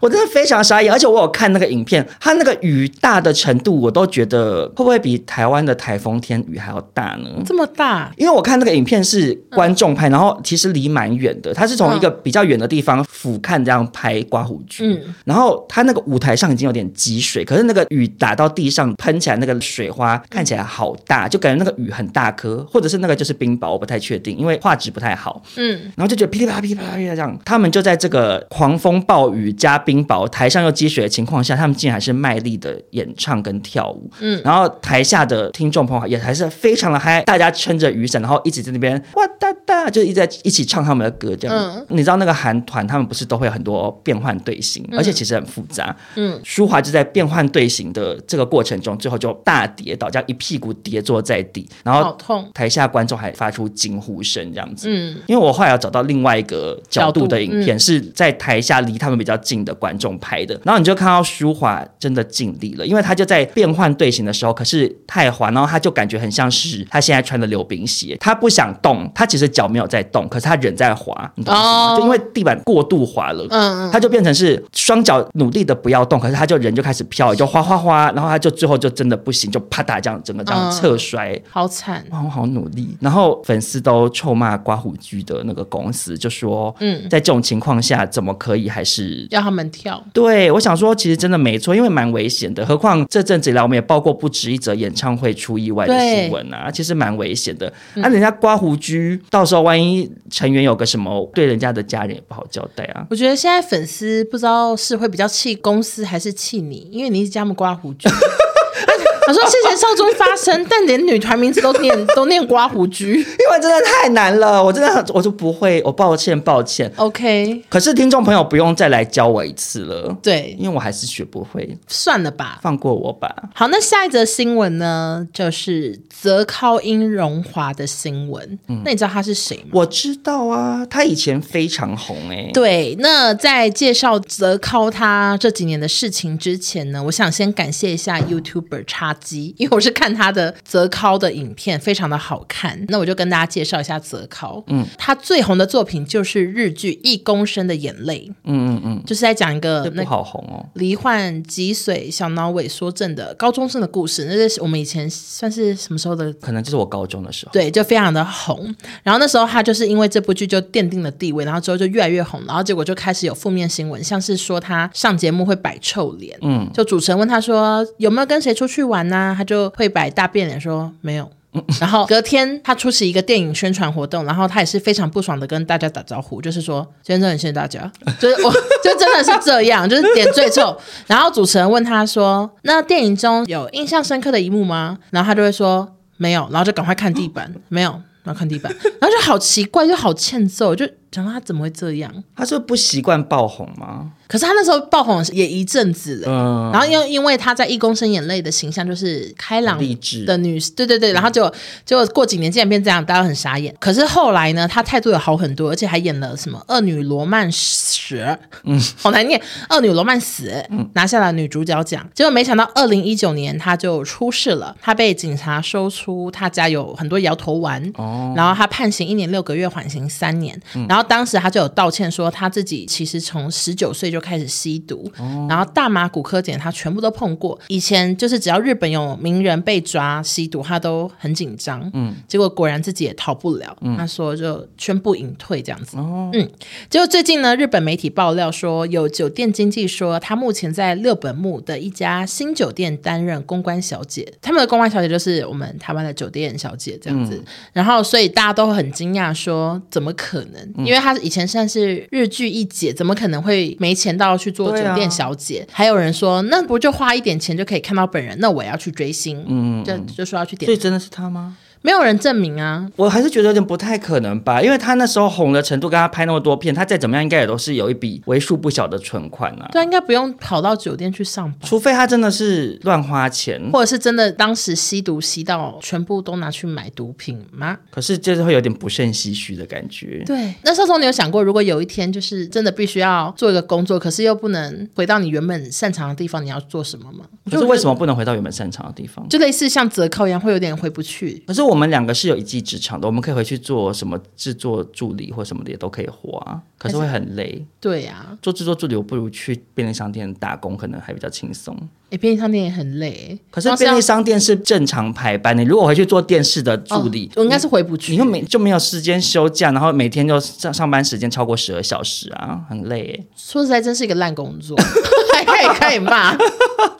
Speaker 3: 我真的非常傻眼，而且我有看那个影片，它那个雨大的程度，我都觉得会不会比台湾的台风天雨还要大呢？
Speaker 1: 这么大，
Speaker 3: 因为我看那个影片是观众拍，然后其实离蛮远的，他是从一个比较远的地方俯瞰这样拍刮胡剧，
Speaker 1: 嗯
Speaker 3: 然后他那个舞台上已经有点积水，可是那个雨打到地上喷起来那个水花看起来好大，就感觉那个雨很大颗，或者是那个就是冰雹，我不太确定，因为画质不太好。
Speaker 1: 嗯，
Speaker 3: 然后就觉得噼里啪啦噼里啪啦噼里啪啦这样，他们就在这个狂风暴雨加冰雹，台上又积雪的情况下，他们竟然还是卖力的演唱跟跳舞。
Speaker 1: 嗯
Speaker 3: 然后台下的听众朋友也还是非常的嗨，大家撑着雨伞，然后一直在那边哇哒哒，就一直在一起唱他们的歌这样。
Speaker 1: 嗯
Speaker 3: 你知道那个韩团他们不是都会有很多变换队形，而且其实很复杂。
Speaker 1: 嗯，
Speaker 3: 舒华就在变换队形的这个过程中，最后就大跌倒，这样一屁股跌坐在地，然
Speaker 1: 好
Speaker 3: 后
Speaker 1: 痛，
Speaker 3: 台下观众还发出惊呼声这样子。
Speaker 1: 嗯
Speaker 3: 因为我后来有找到另外一个角度的影
Speaker 1: 角嗯
Speaker 3: 片，是在台下离他们比较近的观众拍的，然后你就看到舒华真的尽力了，因为他就在变换队形的时候，可是太滑，然后他就感觉很像是他现在穿的溜冰鞋，他不想动，他其实脚没有在动，可是他人在滑，你懂吗？
Speaker 1: 哦
Speaker 3: 就因为地板过度滑了。
Speaker 1: 嗯嗯，
Speaker 3: 他就变成是双脚努力的不要动，可是他就人就开始飘，就哗哗哗，然后他就最后就真的不行，就啪嗒这样整个这样
Speaker 1: 嗯
Speaker 3: 侧摔，
Speaker 1: 好惨，
Speaker 3: 哇，我好努力。然后粉丝都臭骂刮胡居的那个公司，就说，
Speaker 1: 嗯
Speaker 3: 在这种情况下，怎么可以还是？
Speaker 1: 要他们跳，
Speaker 3: 对，我想说，其实真的没错，因为蛮危险的。何况这阵子以来，我们也报过不止一则演唱会出意外的
Speaker 1: 对嗯
Speaker 3: 新闻啊，其实蛮危险的。那、人家刮胡居，到时候万一成员有个什么，对人家的家人也不好交代啊。
Speaker 1: 我觉得现在粉丝不知道是会比较气公司还是气你，因为你一直叫他们刮胡须。我说谢谢少中发声，但连女团名字都念都念刮胡须。
Speaker 3: 因为真的太难了，我真的我就不会，我抱歉抱歉。
Speaker 1: OK，
Speaker 3: 可是听众朋友不用再来教我一次了，
Speaker 1: 对，
Speaker 3: 因为我还是学不会，
Speaker 1: 算了吧。
Speaker 3: 放过我吧。
Speaker 1: 好，那下一则新闻呢，就是泽靠音荣华的新闻。那你知道他是谁吗？
Speaker 3: 我知道啊，他以前非常红哎、
Speaker 1: 对，那在介绍泽靠他这几年的事情之前呢，我想先感谢一下 YouTuber 叉鸡， 因为我是看他的泽靠的影片，非常的好看。那我就跟大家介绍一下泽靠，嗯，他最红的作品就是日剧《一公升的眼泪》，
Speaker 3: 嗯嗯嗯，
Speaker 1: 就是在讲一个
Speaker 3: 这
Speaker 1: 呃那
Speaker 3: 不好红哦。
Speaker 1: 罹患脊髓小脑萎缩症的高中生的故事，那是我们以前算是什么时候的
Speaker 3: 可能就是我高中的时候，
Speaker 1: 对，就非常的红。然后那时候他就是因为这部剧就奠定了地位，然后之后就越来越红，然后结果就开始有负面新闻，像是说他上节目会摆臭脸，嗯，就主持人问他说有没有跟谁出去玩呐、他就会摆大变脸说没有。然后隔天，他出席一个电影宣传活动，然后他也是非常不爽的跟大家打招呼，就是说：“先生，很谢谢大家。”就是我，就真的是这样，就是点最臭。然后主持人问他说：“那电影中有印象深刻的一幕吗？”然后他就会说：“没有。”然后就赶快看地板，没有，然后看地板，然后就好奇怪，就好欠揍，就想到他怎么会这样。
Speaker 3: 他是不是不习惯爆红吗？
Speaker 1: 可是他那时候爆红也一阵子了，
Speaker 3: 嗯，
Speaker 1: 然后又因为她在《一公升眼泪》的形象就是开朗
Speaker 3: 很励志嗯
Speaker 1: 的女，对对对，然后结果结果过几年竟然变这样，大家都很傻眼。可是后来呢，她态度有好很多，而且还演了什么《恶女罗曼史》，嗯，好难念，《恶女罗曼史》拿下了女主角奖。结果没想到，二零一九年她就出事了，她被警察搜出她家有很多摇头丸，
Speaker 3: 哦，
Speaker 1: 然后他判刑一年六个月，缓刑三年。然后当时他就有道歉说，他自己其实从十九岁就开始吸毒，然后大麻、骨科碱他全部都碰过。以前就是只要日本有名人被抓吸毒，他都很紧张。嗯，结果果然自己也逃不了。他说就宣布隐退这样子。嗯，结果最近呢，日本媒体爆料说，有酒店经纪说，他目前在六本木的一家新酒店担任公关小姐。他们的公关小姐就是我们台湾的酒店小姐这样子。然后，所以大家都很惊讶说，怎么可能？因为她以前算是日剧一姐，怎么可能会没钱到去做
Speaker 3: 对啊
Speaker 1: 酒店小姐？还有人说，那不就花一点钱就可以看到本人？那我也要去追星，嗯，就就说要去
Speaker 3: 所
Speaker 1: 点
Speaker 3: 以，真的是他吗？
Speaker 1: 没有人证明啊。
Speaker 3: 我还是觉得有点不太可能吧，因为他那时候红的程度，跟他拍那么多片，他再怎么样应该也都是有一笔为数不小的存款啊，
Speaker 1: 对啊，应该不用跑到酒店去上班。
Speaker 3: 除非他真的是乱花钱。
Speaker 1: 或者是真的当时吸毒吸到全部都拿去买毒品吗？
Speaker 3: 可是就是会有点不胜唏嘘的感觉。
Speaker 1: 对，那邵总，你有想过，如果有一天就是真的必须要做一个工作，可是又不能回到你原本擅长的地方，你要做什么吗？
Speaker 3: 可是为什么不能回到原本擅长的地方？
Speaker 1: 就类似像折扣一样，会有点回不去。
Speaker 3: 可是我们两个是有一技之长的，我们可以回去做什么制作助理或什么的也都可以活啊，可是会很累。
Speaker 1: 对啊呀、
Speaker 3: 做制作助理，我不如去便利商店打工，可能还比较轻松。
Speaker 1: 诶哎便利商店也很累。
Speaker 3: 可是
Speaker 1: 然后
Speaker 3: 便
Speaker 1: 要
Speaker 3: 利商店是正常排班，你如果回去做电视的助理
Speaker 1: 哦，我应该是回不去。
Speaker 3: 你又没就没有时间休假，然后每天就上上班时间超过十二小时啊，很累耶。
Speaker 1: 说实在，真是一个烂工作， 还可以可以 骂。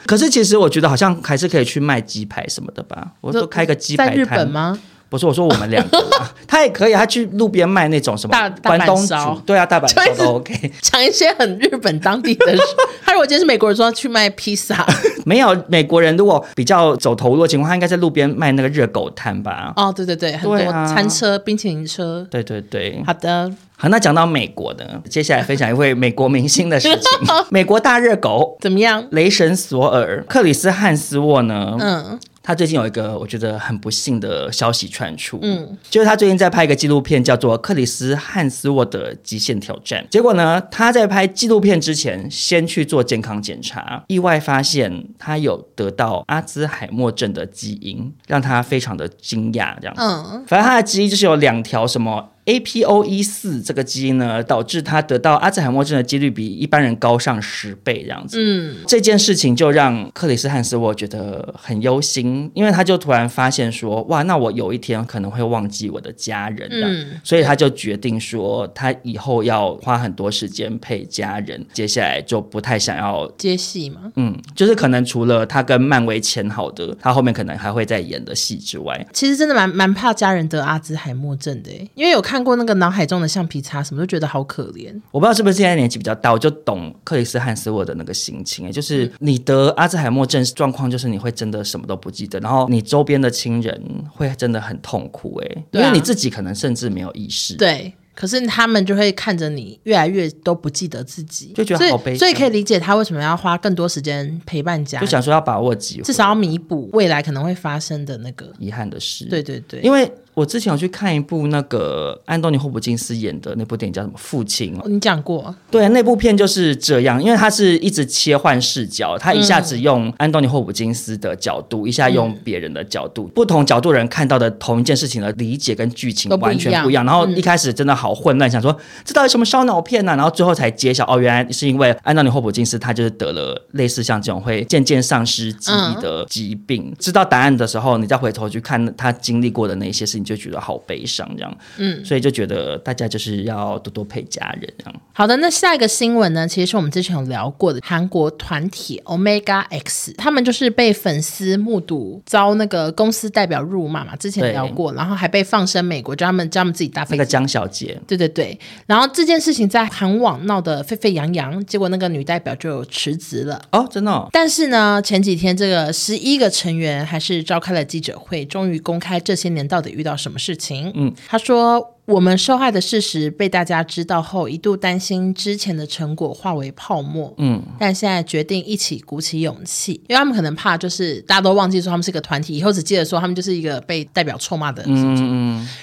Speaker 3: 可是其实我觉得好像还是可以去卖鸡排什么的吧，我
Speaker 1: 就
Speaker 3: 说开个鸡排
Speaker 1: 在
Speaker 3: 摊。
Speaker 1: 日本吗？
Speaker 3: 不是，我说我们两个啦， 他也可以，他去路边卖那种什
Speaker 1: 大
Speaker 3: 么
Speaker 1: 大阪
Speaker 3: 关东
Speaker 1: 烧
Speaker 3: 煮，对啊，大阪
Speaker 1: 就
Speaker 3: 烧
Speaker 1: 是
Speaker 3: 都 OK。
Speaker 1: 讲一些很日本当地的事。 他如果今天是美国人，说要去卖披萨，
Speaker 3: 没有美国人如果比较走投无路的情况，他应该在路边卖那个热狗摊吧？
Speaker 1: 哦，对对对，很多
Speaker 3: 对啊
Speaker 1: 餐车、冰淇淋车。
Speaker 3: 对对对，
Speaker 1: 好的，
Speaker 3: 好，那讲到美国呢，接下来分享一位美国明星的事情，美国大热狗
Speaker 1: 怎么样？
Speaker 3: 雷神索尔克里斯汉斯沃呢，
Speaker 1: 嗯，
Speaker 3: 他最近有一个我觉得很不幸的消息传出，
Speaker 1: 嗯
Speaker 3: 嗯，就是他最近在拍一个纪录片，叫做《克里斯汉斯沃的极限挑战》。结果呢，他在拍纪录片之前，先去做健康检查，意外发现他有得到阿兹海默症的基因，让他非常的惊讶。这样子，
Speaker 1: 嗯
Speaker 3: 反正他的基因就是有两条什么 APOE 四这个基因呢，导致他得到阿兹海默症的几率比一般人高上十倍这样子。
Speaker 1: 嗯，
Speaker 3: 这件事情就让克里斯汉斯沃觉得很忧心，因为他就突然发现说，哇，那我有一天可能会忘记我的家人，这样
Speaker 1: 嗯
Speaker 3: 所以他就决定说，他以后要花很多时间陪家人，接下来就不太想要。
Speaker 1: 接戏嘛，
Speaker 3: 嗯，就是可能除了他跟漫威签好的，他后面可能还会再演的戏之外，
Speaker 1: 其实真的蛮蛮怕家人得阿兹海默症的欸耶，因为有看过那个脑海中的橡皮擦，什么都觉得好可怜。
Speaker 3: 我不知道是不是现在年纪比较大，我就懂克里斯汉斯沃的那个心情，就是
Speaker 1: 嗯
Speaker 3: 你得阿兹海默症状况，就是你会真的什么都不记得，然后你周边的亲人会真的很痛苦、哎、
Speaker 1: 对
Speaker 3: 因
Speaker 1: 啊
Speaker 3: 为你自己可能甚至没有意识。
Speaker 1: 对，可是他们就会看着你越来越都不记得自己，
Speaker 3: 就觉得
Speaker 1: 所以
Speaker 3: 好悲伤
Speaker 1: 所以可以理解他为什么要花更多时间陪伴家
Speaker 3: 就
Speaker 1: 人，
Speaker 3: 想说要把握机会，
Speaker 1: 至少要弥补未来可能会发生的那个。
Speaker 3: 遗憾的是，
Speaker 1: 对对对，
Speaker 3: 因为我之前有去看一部那个安东尼·霍普金斯演的那部电影叫什么《父亲》哦，
Speaker 1: 哦你讲过，
Speaker 3: 对，那部片就是这样，因为它是一直切换视角，它一下子
Speaker 1: 嗯
Speaker 3: 用安东尼·霍普金斯的角度，一下用别人的角度，不同角度人看到的同一件事情的理解跟剧情
Speaker 1: 都不一样嗯
Speaker 3: 完全不一样。然后一开始真的好混乱，想说这到底什么烧脑片呢、啊然后最后才揭晓，哦，原来是因为安东尼·霍普金斯他就是得了类似像这种会渐渐丧失记
Speaker 1: 嗯
Speaker 3: 忆的疾病。知道答案的时候，你再回头去看他经历过的那些事情，就觉得好悲伤这样。嗯，所以就觉得大家就是要多多陪家人这样。
Speaker 1: 好的，那下一个新闻呢，其实是我们之前有聊过的韩国团体 Omega X，他们就是被粉丝目睹遭那个公司代表辱骂嘛，之前
Speaker 3: 对
Speaker 1: 聊过，然后还被放生美国，叫他们叫他们自己搭
Speaker 3: 那
Speaker 1: 飞
Speaker 3: 个
Speaker 1: 机。
Speaker 3: 江小姐，
Speaker 1: 对对对，然后这件事情在韩网闹得沸沸扬扬，结果那个女代表就辞职了。
Speaker 3: 哦，真的、哦，
Speaker 1: 但是呢，前几天这个十一个成员还是召开了记者会，终于公开这些年到底遇到什么事情。嗯，他说。我们受害的事实被大家知道后，一度担心之前的成果化为泡沫。嗯，但现在决定一起鼓起勇气，因为他们可能怕就是大家都忘记说他们是个团体，以后只记得说他们就是一个被代表臭骂的人。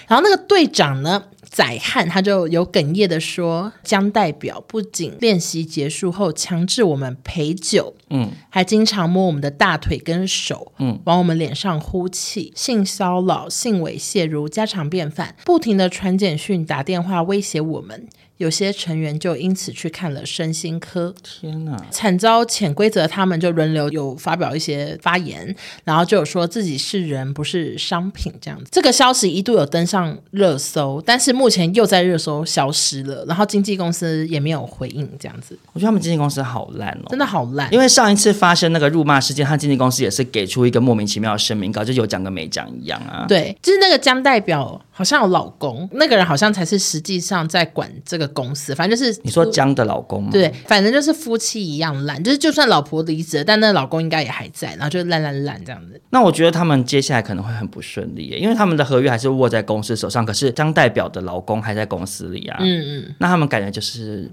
Speaker 1: 然后那个队长呢，载汉他就有哽咽的说，江代表不仅练习结束后强制我们陪酒，嗯，还经常摸我们的大腿跟手，嗯，往我们脸上呼气，性骚扰、性猥亵如家常便饭，不停的传简讯、打电话威胁我们。有些成员就因此去看了身心科，
Speaker 3: 天哪！
Speaker 1: 惨遭潜规则，他们就轮流有发表一些发言，然后就有说自己是人不是商品这样子。这个消息一度有登上热搜，但是目前又在热搜消失了，然后经纪公司也没有回应这样子，
Speaker 3: 我觉得他们经纪公司好烂哦，
Speaker 1: 真的好烂
Speaker 3: 因。为上一次发生那个辱骂事件，他经纪公司也是给出一个莫名其妙的声明稿，就有讲跟没讲一样啊。
Speaker 1: 对，就是那个江代表好像有老公，那个人好像才是实际上在管这个公司，反正就是
Speaker 3: 你说江的老公吗？，
Speaker 1: 对，反正就是夫妻一样烂，就是就算老婆离职了，但那老公应该也还在，然后就烂烂烂这样子。
Speaker 3: 那我觉得他们接下来可能会很不顺利耶，因为他们的合约还是握在公司手上，可是江代表的老公还在公司里啊。
Speaker 1: 嗯嗯，
Speaker 3: 那他们感觉就是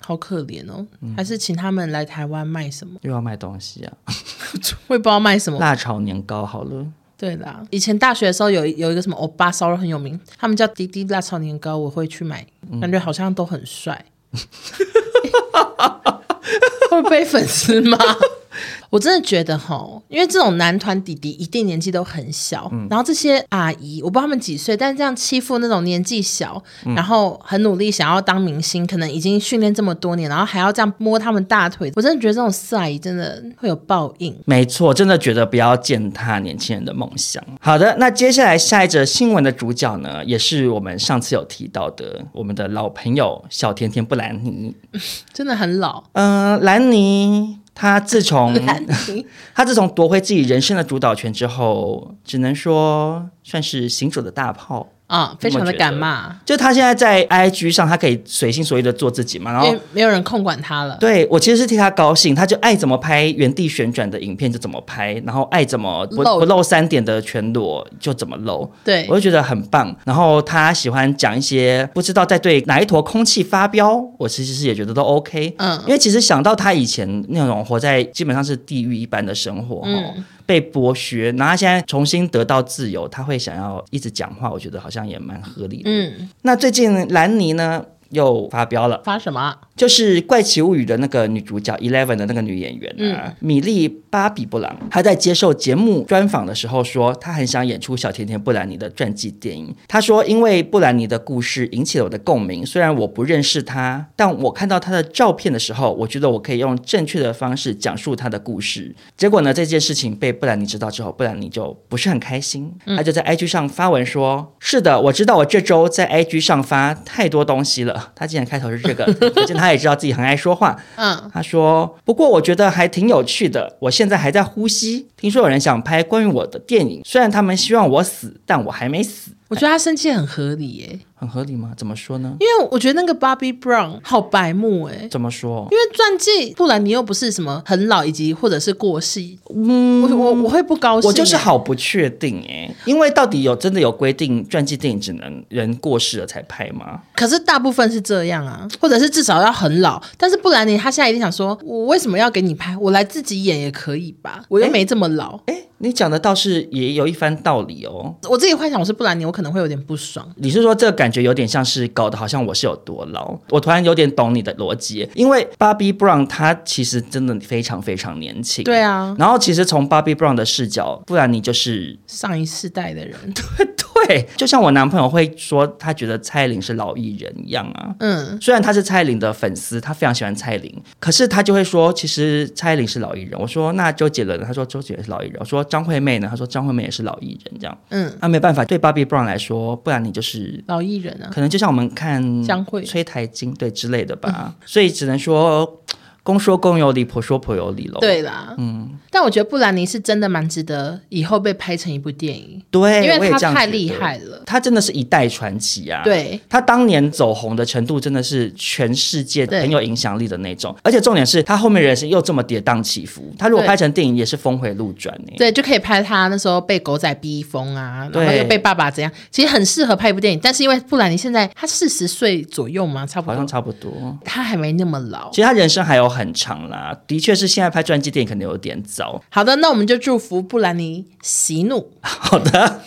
Speaker 1: 好可怜哦，
Speaker 3: 嗯
Speaker 1: 还是请他们来台湾卖什么？
Speaker 3: 又要卖东西啊，
Speaker 1: 我也不知道卖什么。
Speaker 3: 辣炒年糕好了，
Speaker 1: 对啦，以前大学的时候有有一个什么欧巴烧肉很有名，他们叫滴滴辣炒年糕，我会去买，感觉好像都 很帅。会被粉丝骂，我真的觉得吼，因为这种男团弟弟一定年纪都很小，然后这些阿姨我不知道他们几岁，但是这样欺负那种年纪小，然后很努力想要当明星，可能已经训练这么多年，然后还要这样摸他们大腿，我真的觉得这种四阿姨真的会有报应。
Speaker 3: 没错，真的觉得不要践踏年轻人的梦想。好的，那接下来下一则新闻的主角呢，也是我们上次有提到的，我们的老朋友小甜甜布兰妮。
Speaker 1: 真的很老。
Speaker 3: 嗯、兰妮她自从
Speaker 1: 兰妮
Speaker 3: 她自从夺回自己人生的主导权之后，只能说算是行走的大炮。
Speaker 1: 啊，非常的敢骂，
Speaker 3: 就她现在在 IG 上，她可以随心所欲的做自己嘛，然
Speaker 1: 因
Speaker 3: 后
Speaker 1: 为没有人控管他了。
Speaker 3: 对我其实是替他高兴，他就爱怎么拍原地旋转的影片就怎么拍，然后爱怎么不
Speaker 1: 露
Speaker 3: 不露三点的全裸就怎么露，
Speaker 1: 对
Speaker 3: 我就觉得很棒。然后他喜欢讲一些不知道在对哪一坨空气发飙，我其实是也觉得都 OK。
Speaker 1: 嗯
Speaker 3: 因为其实想到他以前那种活在基本上是地狱一般的生活，哦，
Speaker 1: 嗯
Speaker 3: 被剥削，然后他现在重新得到自由，他会想要一直讲话，我觉得好像也蛮合理的。
Speaker 1: 嗯，
Speaker 3: 那最近兰妮呢又发飙了。
Speaker 1: 发什么啊？
Speaker 3: 就是《怪奇物语》的那个女主角 Eleven 的那个女演员啊，米莉·巴比布朗，她在接受节目专访的时候说，她很想演出小甜甜布兰妮的传记电影。她说，因为布兰妮的故事引起了我的共鸣，虽然我不认识她，但我看到她的照片的时候，我觉得我可以用正确的方式讲述她的故事。结果呢，这件事情被布兰妮知道之后，布兰妮就不是很开心，她就在 IG 上发文说：“是的，我知道我这周在 IG 上发太多东西了。”她竟然开头是这个，可见她也知道自己很爱说话。
Speaker 1: 嗯，
Speaker 3: 她说：“不过我觉得还挺有趣的，我现在还在呼吸。听说有人想拍关于我的电影，虽然他们希望我死，但我还没死，
Speaker 1: 我觉得他生气很合理耶、
Speaker 3: 很合理吗？怎么说呢？
Speaker 1: 因为我觉得那个 Bobby Brown 好白目哎、
Speaker 3: 怎么说？
Speaker 1: 因为传记布兰妮又不是什么很老以及或者是过世，嗯，我我我会不高兴、
Speaker 3: 我就是，好不确定诶、因为到底有真的有规定传记电影只能人过世了才拍吗？”
Speaker 1: 可是大部分是这样啊，或者是至少要很老。但是布兰妮她现在一定想说，我为什么要给你拍？我来自己演也可以吧，我又没这么老。
Speaker 3: 哎，你讲的倒是也有一番道理哦。
Speaker 1: 我自己幻想我是布兰妮，我可能会有点不爽。
Speaker 3: 你是说这个感觉有点像是搞得好像我是有多老？我突然有点懂你的逻辑，因为 Bobby Brown 他其实真的非常非常年轻。
Speaker 1: 对。啊，
Speaker 3: 然后其实从 Bobby Brown 的视角，不然你就是
Speaker 1: 上一世代的人，
Speaker 3: 对，就像我男朋友会说他觉得蔡依林是老艺人一样啊。
Speaker 1: 嗯，
Speaker 3: 虽然他是蔡依林的粉丝，他非常喜欢蔡依林，可是他就会说，其实蔡依林是老艺人。我说那周杰伦呢，他说周杰伦是老艺人。我说张惠妹呢，他说张惠妹也是老艺人。这样，啊
Speaker 1: 嗯，
Speaker 3: 那、没办法，对 Bobby Brown 来说，不然你就是
Speaker 1: 老艺人啊，
Speaker 3: 可能就像我们看
Speaker 1: 江蕙
Speaker 3: 崔台金对之类的
Speaker 1: 嗯
Speaker 3: 吧，所以只能说公说公有理，婆说婆有理喽。
Speaker 1: 对啦，嗯，但我觉得布兰妮是真的蛮值得以后被拍成一部电影，
Speaker 3: 对，
Speaker 1: 因
Speaker 3: 哎我
Speaker 1: 为
Speaker 3: 也
Speaker 1: 她
Speaker 3: 这样
Speaker 1: 太
Speaker 3: 觉
Speaker 1: 厉
Speaker 3: 得，
Speaker 1: 害了。
Speaker 3: 她真的是一代传奇啊。。
Speaker 1: 对，
Speaker 3: 她当年走红的程度真的是全世界
Speaker 1: 对
Speaker 3: 很有影响力的那种，而且重点是她后面人生又这么跌宕起伏，她如果
Speaker 1: 对
Speaker 3: 拍成电影也是峰回路转欸呢、
Speaker 1: 对，就可以拍她那时候被狗仔逼疯啊，然后
Speaker 3: 对
Speaker 1: 又被爸爸怎样，其实很适合拍一部电影。但是因为布兰妮现在她四十岁左右嘛，差不
Speaker 3: 好像
Speaker 1: 多，
Speaker 3: 差不多。
Speaker 1: 她还没那么老
Speaker 3: 其。实她人生还有很长啦，的确是现在拍传记电影可能有点早，
Speaker 1: 好的，那我们就祝福布兰妮喜怒。
Speaker 3: 好的，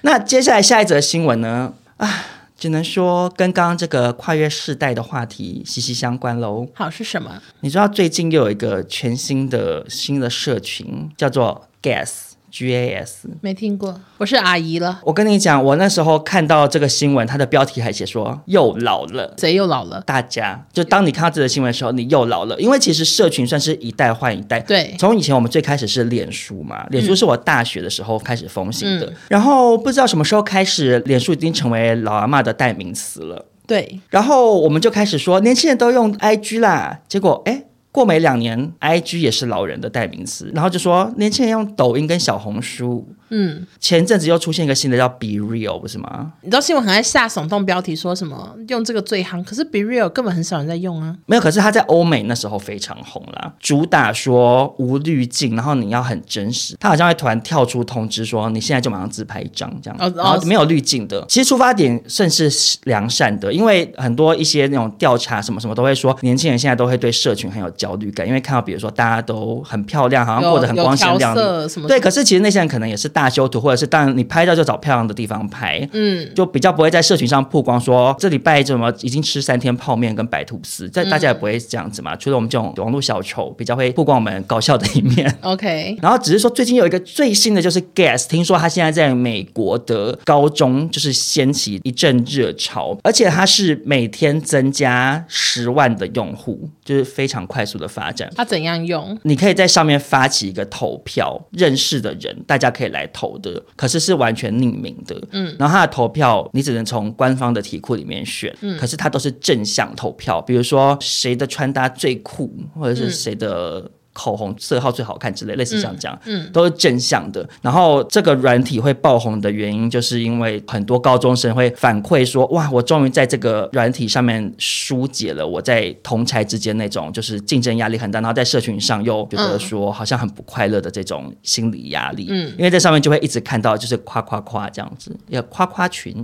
Speaker 3: 那接下来下一则新闻呢？啊，只能说跟刚刚这个跨越世代的话题息息相关喽。
Speaker 1: 好是什么？
Speaker 3: 你知道最近又有一个全新的新的社群，叫做 Gas。G A S，
Speaker 1: 没听过，我是阿姨了，
Speaker 3: 我跟你讲，我那时候看到这个新闻，它的标题还写说又老了。
Speaker 1: 谁又老了？
Speaker 3: 大家就当你看到这则新闻的时候，你又老了，因为其实社群算是一代换一代。
Speaker 1: 对
Speaker 3: 从以前我们最开始是脸书嘛，脸书是我大学的时候开始风行的，然后不知道什么时候开始，脸书已经成为老阿嬷的代名词了。
Speaker 1: 对，
Speaker 3: 然后我们就开始说年轻人都用 IG 啦，结果哎。过没两年，IG 也是老人的代名词，然后就说年轻人用抖音跟小红书。
Speaker 1: 嗯，
Speaker 3: 前阵子又出现一个新的叫 Be Real，不是吗？
Speaker 1: 你知道新闻很爱下耸动标题，说什么用这个最夯，可是 Be Real 根本很少人在用啊。
Speaker 3: 没有，可是他在欧美那时候非常红啦，主打说无滤镜，然后你要很真实。他好像会突然跳出通知说，你现在就马上自拍一张这样，
Speaker 1: 哦哦
Speaker 3: 然后没有滤镜的。其实出发点甚是良善的，因为很多一些那种调查什么什么都会说，年轻人现在都会对社群很有焦虑感，因为看到比如说大家都很漂亮，好像
Speaker 1: 有
Speaker 3: 过得很光鲜亮
Speaker 1: 有
Speaker 3: 丽。
Speaker 1: 调色什么？
Speaker 3: 对，可是其实那些人可能也是大大修图，或者是当然你拍照就找漂亮的地方拍，
Speaker 1: 嗯，
Speaker 3: 就比较不会在社群上曝光说哦这礼拜怎么已经吃三天泡面跟白吐司，但大家也不会这样子
Speaker 1: 嗯
Speaker 3: 嘛。除了我们这种网络小丑，比较会曝光我们搞笑的一面。
Speaker 1: OK，
Speaker 3: 然后只是说最近有一个最新的就是 Guess，听说他现在在美国的高中就是掀起一阵热潮，而且它是每天增加十万的用户，就是非常快速的发展。
Speaker 1: 它怎样用？
Speaker 3: 你可以在上面发起一个投票，认识的人大家可以来投的，可是是完全匿名的。嗯，然后他的投票你只能从官方的题库里面选，嗯，可是它都是正向投票，比如说谁的穿搭最酷，或者是谁的。口红色号最好看之类，类似像这样，嗯嗯，都是正向的。然后这个软体会爆红的原因，就是因为很多高中生会反馈说：“哇，我终于在这个软体上面疏解了我在同才之间那种就是竞争压力很大，然后在社群上又觉得说好像很不快乐的这种心理压力。”嗯，因为在上面就会一直看到就是夸夸夸这样子，要夸夸群。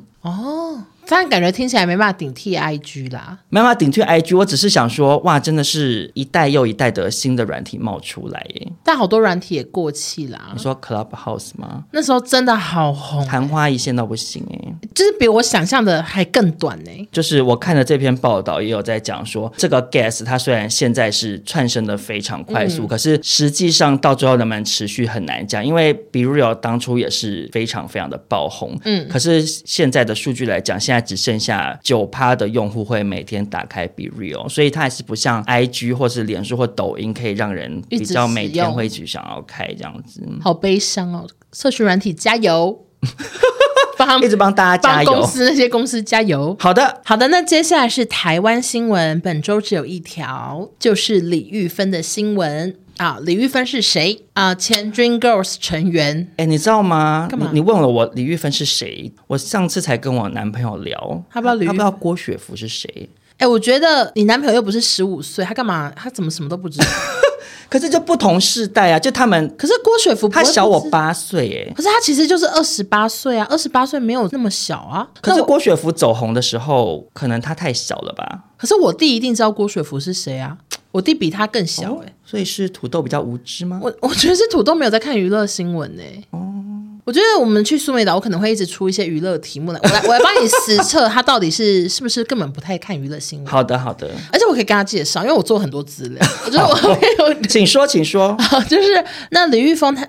Speaker 1: 这样感觉听起来没办法顶替 IG 啦。
Speaker 3: 妈妈顶替 IG，我只是想说，哇，真的是一代又一代的新的软体冒出来耶。
Speaker 1: 但好多软体也过气啦
Speaker 3: 你。说 Clubhouse 吗？
Speaker 1: 那时候真的好红，
Speaker 3: 昙花一现到不行哎、
Speaker 1: 就是比我想象的还更短呢、
Speaker 3: 就是我看了这篇报道，也有在讲说，这个 gas 它虽然现在是窜升的非常快
Speaker 1: 嗯
Speaker 3: 速，可是实际上到最后能不能持续很难讲，因为 b r e a l 当初也是非常非常的爆红，嗯，可是现在的数据来讲，现在只剩下九趴的用户会每天打开 b r e a l 所以它还是不像 IG 或是脸书或抖音可以让人比较每
Speaker 1: 一直使
Speaker 3: 天
Speaker 1: 用
Speaker 3: 会去想要开这样子，
Speaker 1: 好悲伤哦。社群软体加 油，帮他们
Speaker 3: 一直帮大家加
Speaker 1: 帮公
Speaker 3: 油。
Speaker 1: 司那些公司加油。
Speaker 3: 好的，
Speaker 1: 好的，那接下来是台湾新闻，本周只有一条，就是李玉芬的新闻啊。李玉芬是谁啊？前 Dream Girls 成员，
Speaker 3: 哎，你知道吗？
Speaker 1: 干嘛
Speaker 3: 你你问了我李玉芬是谁？我上次才跟我男朋友聊，
Speaker 1: 他不知道李玉
Speaker 3: 他不知道郭雪芙是谁，
Speaker 1: 哎、我觉得你男朋友又不是十五岁，他干嘛？他怎么什么都不 知道？
Speaker 3: 可是就不同世代啊，就他们，
Speaker 1: 可是郭雪芙不会
Speaker 3: 他小
Speaker 1: 不
Speaker 3: 我
Speaker 1: 知，
Speaker 3: 八岁哎。
Speaker 1: 可是他其实就是二十八岁啊，二十八岁没有那么小啊。
Speaker 3: 可是
Speaker 1: 那我
Speaker 3: 郭雪芙走红的时候，可能她太小了吧？
Speaker 1: 可是我弟一定知道郭雪芙是谁啊，我弟比他更小哎、
Speaker 3: 哦所以是土豆比较无知吗？
Speaker 1: 我我觉得是土豆没有在看娱乐新闻呢、
Speaker 3: 哦
Speaker 1: 我觉得我们去苏梅岛，我可能会一直出一些娱乐题目来，我来我来帮你实测他到底是是不是根本不太看娱乐新闻，
Speaker 3: 好的，好的，
Speaker 1: 而且我可以跟他介绍，因为我做很多资料，我觉得我会有。
Speaker 3: 请说，请说。
Speaker 1: 就是那李玉峰他，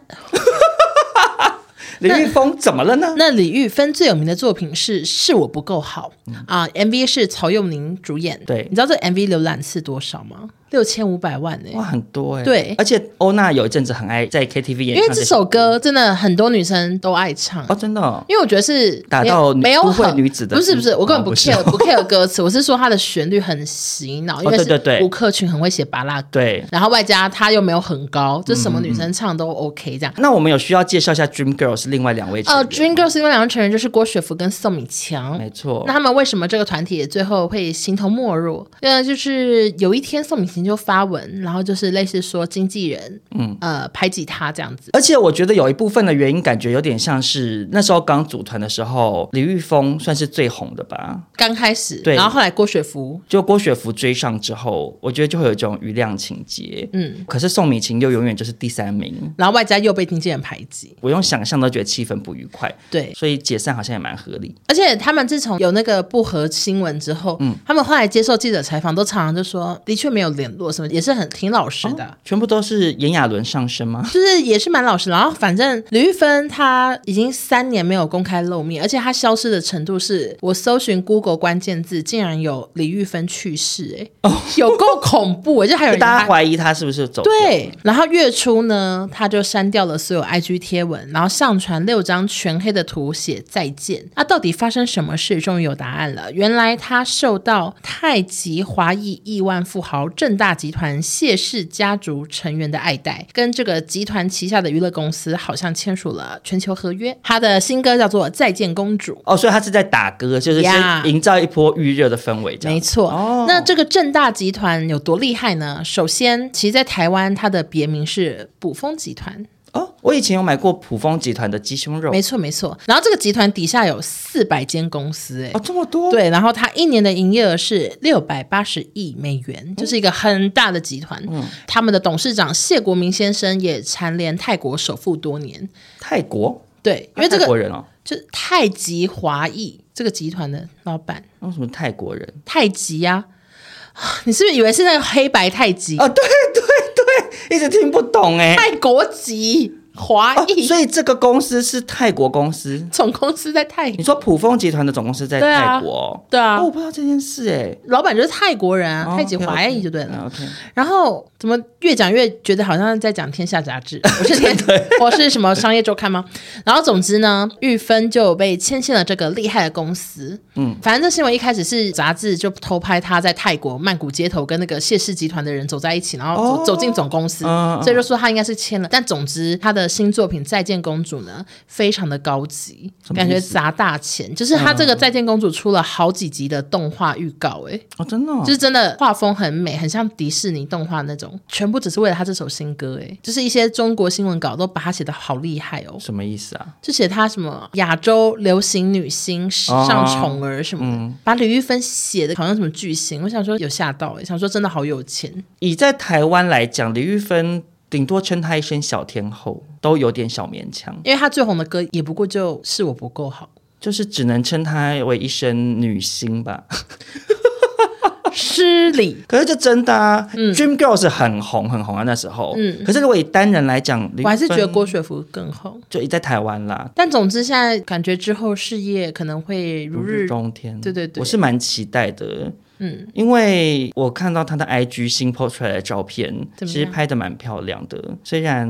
Speaker 3: 李玉峰怎么了 呢？
Speaker 1: 那李玉芬最有名的作品是《是我不够好》啊、m v 是曹佑宁主演。
Speaker 3: 嗯对
Speaker 1: 你知道这 MV 浏览次多少吗？六千五百万欸呢、
Speaker 3: 哇，很多哎、
Speaker 1: 对
Speaker 3: 而且欧娜有一阵子很爱在 KTV 演
Speaker 1: 因
Speaker 3: 唱
Speaker 1: 为这首歌真的很多女生都爱唱
Speaker 3: 嗯哦，真的哦、
Speaker 1: 因为我觉得是
Speaker 3: 打
Speaker 1: 没
Speaker 3: 到女
Speaker 1: 没有
Speaker 3: 都会
Speaker 1: 很
Speaker 3: 女子的
Speaker 1: 不是不是，我根本
Speaker 3: 哦
Speaker 1: 不
Speaker 3: 不是
Speaker 1: care
Speaker 3: 哦
Speaker 1: 不 care 歌词，我是说它的旋律很洗脑，因为
Speaker 3: 对对对
Speaker 1: 是吴克群很会写巴拉歌，
Speaker 3: 对。
Speaker 1: 然后外加他又没有很高，就
Speaker 3: 嗯
Speaker 1: 什么女生唱都 OK 这样。
Speaker 3: 那我们有需要介绍一下 Dream Girls 另外两位成
Speaker 1: 呃
Speaker 3: 员
Speaker 1: ，Dream Girls 因为两个成员就是郭雪芙跟宋敏强。
Speaker 3: 没错
Speaker 1: 那。他们为什么这个团体最后会形同陌路？那就是有一天宋敏行就发文，然后就是类似说经纪人，嗯，呃，排挤他这样子。
Speaker 3: 而且我觉得有一部分的原因，感觉有点像是那时候刚组团的时候，李玉峰算是最红的吧。
Speaker 1: 刚开始，
Speaker 3: 对
Speaker 1: 然后后来郭雪芙，
Speaker 3: 就郭雪芙追上之后，我觉得就会有一种余量情节。
Speaker 1: 嗯，
Speaker 3: 可是宋美琴又永远就是第三名，
Speaker 1: 然后外加又被经纪人排挤，
Speaker 3: 我用想象都觉得气氛不愉快，
Speaker 1: 对。
Speaker 3: 所以解散好像也蛮合理。
Speaker 1: 而且他们自从有那个不合新闻之后，他们后来接受记者采访，都常常就说，的确没有联络什么，也是很挺老实的。
Speaker 3: 全部都是炎亚纶上身吗？
Speaker 1: 就是也是蛮老实，然后反正李玉芬她已经三年没有公开露面，而且她消失的程度是我搜寻 Google 关键字竟然有李玉芬去世、欸，哎、有够恐怖、欸，就还有人
Speaker 3: 就哦大
Speaker 1: 把
Speaker 3: 家怀疑他是不是走掉
Speaker 1: 对，然后月初呢，他就删掉了所有 IG 贴文，然后上传六张全黑的图，写再见。那、到底发生什么事？终于有答案了。原来他受到太极华裔亿万富豪正大集团谢氏家族成员的爱戴，跟这个集团旗下的娱乐公司好像签署了全球合约。他的新歌叫做《再见公主》。
Speaker 3: 哦，所以他是在打歌，就是
Speaker 1: 呀
Speaker 3: 先营造一波预热的氛围，这样
Speaker 1: 没错，
Speaker 3: 哦
Speaker 1: 那这个正大集团有多厉害呢？首先，其实，在台湾，它的别名是卜蜂集团，
Speaker 3: 哦。我以前有买过普丰集团的鸡胸肉，
Speaker 1: 没错没错。然后这个集团底下有四百间公司、哎、
Speaker 3: 哦，这么多，，
Speaker 1: 对，然后它一年的营业额是六百八十亿美
Speaker 3: 嗯
Speaker 1: 元，就是一个很大的集团。他们的董事长谢国明先生也蝉联泰国首富多年。
Speaker 3: 泰国
Speaker 1: 对，因为这
Speaker 3: 他泰国
Speaker 1: 个
Speaker 3: 人哦，
Speaker 1: 就是太极华裔这个集团的老板
Speaker 3: 为什么泰国人？
Speaker 1: 太极呀、啊 你是不是以为是那个黑白太极？
Speaker 3: 哦，对对对，一直听不懂哎。
Speaker 1: 泰国籍华
Speaker 3: 哦
Speaker 1: 裔、
Speaker 3: 所以这个公司是泰国公司。
Speaker 1: 总公司在泰
Speaker 3: 你
Speaker 1: 国，
Speaker 3: 说普丰集团的总公司在
Speaker 1: 对啊
Speaker 3: 泰国哦？
Speaker 1: 对啊
Speaker 3: 哦，我不知道这件事哎。
Speaker 1: 老板就是泰国人啊，
Speaker 3: 哦
Speaker 1: 太极
Speaker 3: OK，OK，
Speaker 1: 华裔就对了。
Speaker 3: 嗯 OK，
Speaker 1: 然后怎么越讲越觉得好像在讲《天下杂 志》，我是天，我是什么商业周刊吗？然后总之呢，玉芬就被牵线了这个厉害的公司。嗯，反正这新闻一开始是杂志就偷拍她在泰国曼谷街头跟那个谢氏集团的人走在一起，然后走、
Speaker 3: 哦
Speaker 1: 走进总公司，
Speaker 3: 嗯嗯
Speaker 1: 所以就说她应该是签了。但总之，她的新作品《再见公主》呢，非常的高级，
Speaker 3: 什么
Speaker 1: 感
Speaker 3: 意思嗯
Speaker 1: 觉砸大钱。就是她这个《再见公主》出了好几集的动画预告、欸，
Speaker 3: 哦，真的哦，
Speaker 1: 就是真的画风很美，很像迪士尼动画那种，全部只是为了他这首新歌诶，就是一些中国新闻稿都把他写的好厉害哦，
Speaker 3: 什么意思啊？
Speaker 1: 就写他什么亚洲流行女星、时尚宠儿什么的，把李玉芬写的好像什么巨星，我想说有吓到哎诶，想说真的好有钱，
Speaker 3: 以在台湾来讲，李玉芬顶多称她一声小天后，都有点小勉强，
Speaker 1: 因为他最红的歌也不过就是我不够好，
Speaker 3: 就是只能称她为一声女星 吧。
Speaker 1: 失礼。
Speaker 3: 可是就真的啊、d r e a m Girls 很红很红啊，那时候。
Speaker 1: 嗯
Speaker 3: 可是如果以单人来讲，李玉
Speaker 1: 我还是觉得
Speaker 3: 芬
Speaker 1: 郭雪芙更红，
Speaker 3: 就以在台湾啦，
Speaker 1: 但总之现在感觉之后事业可能会如
Speaker 3: 如
Speaker 1: 日
Speaker 3: 日中天。
Speaker 1: 对对对
Speaker 3: 我是蛮期待的。
Speaker 1: 嗯，
Speaker 3: 因为我看到她的 IG 新 po 出来的照片，
Speaker 1: 怎
Speaker 3: 其
Speaker 1: 么样
Speaker 3: 实拍的蛮漂亮的。虽然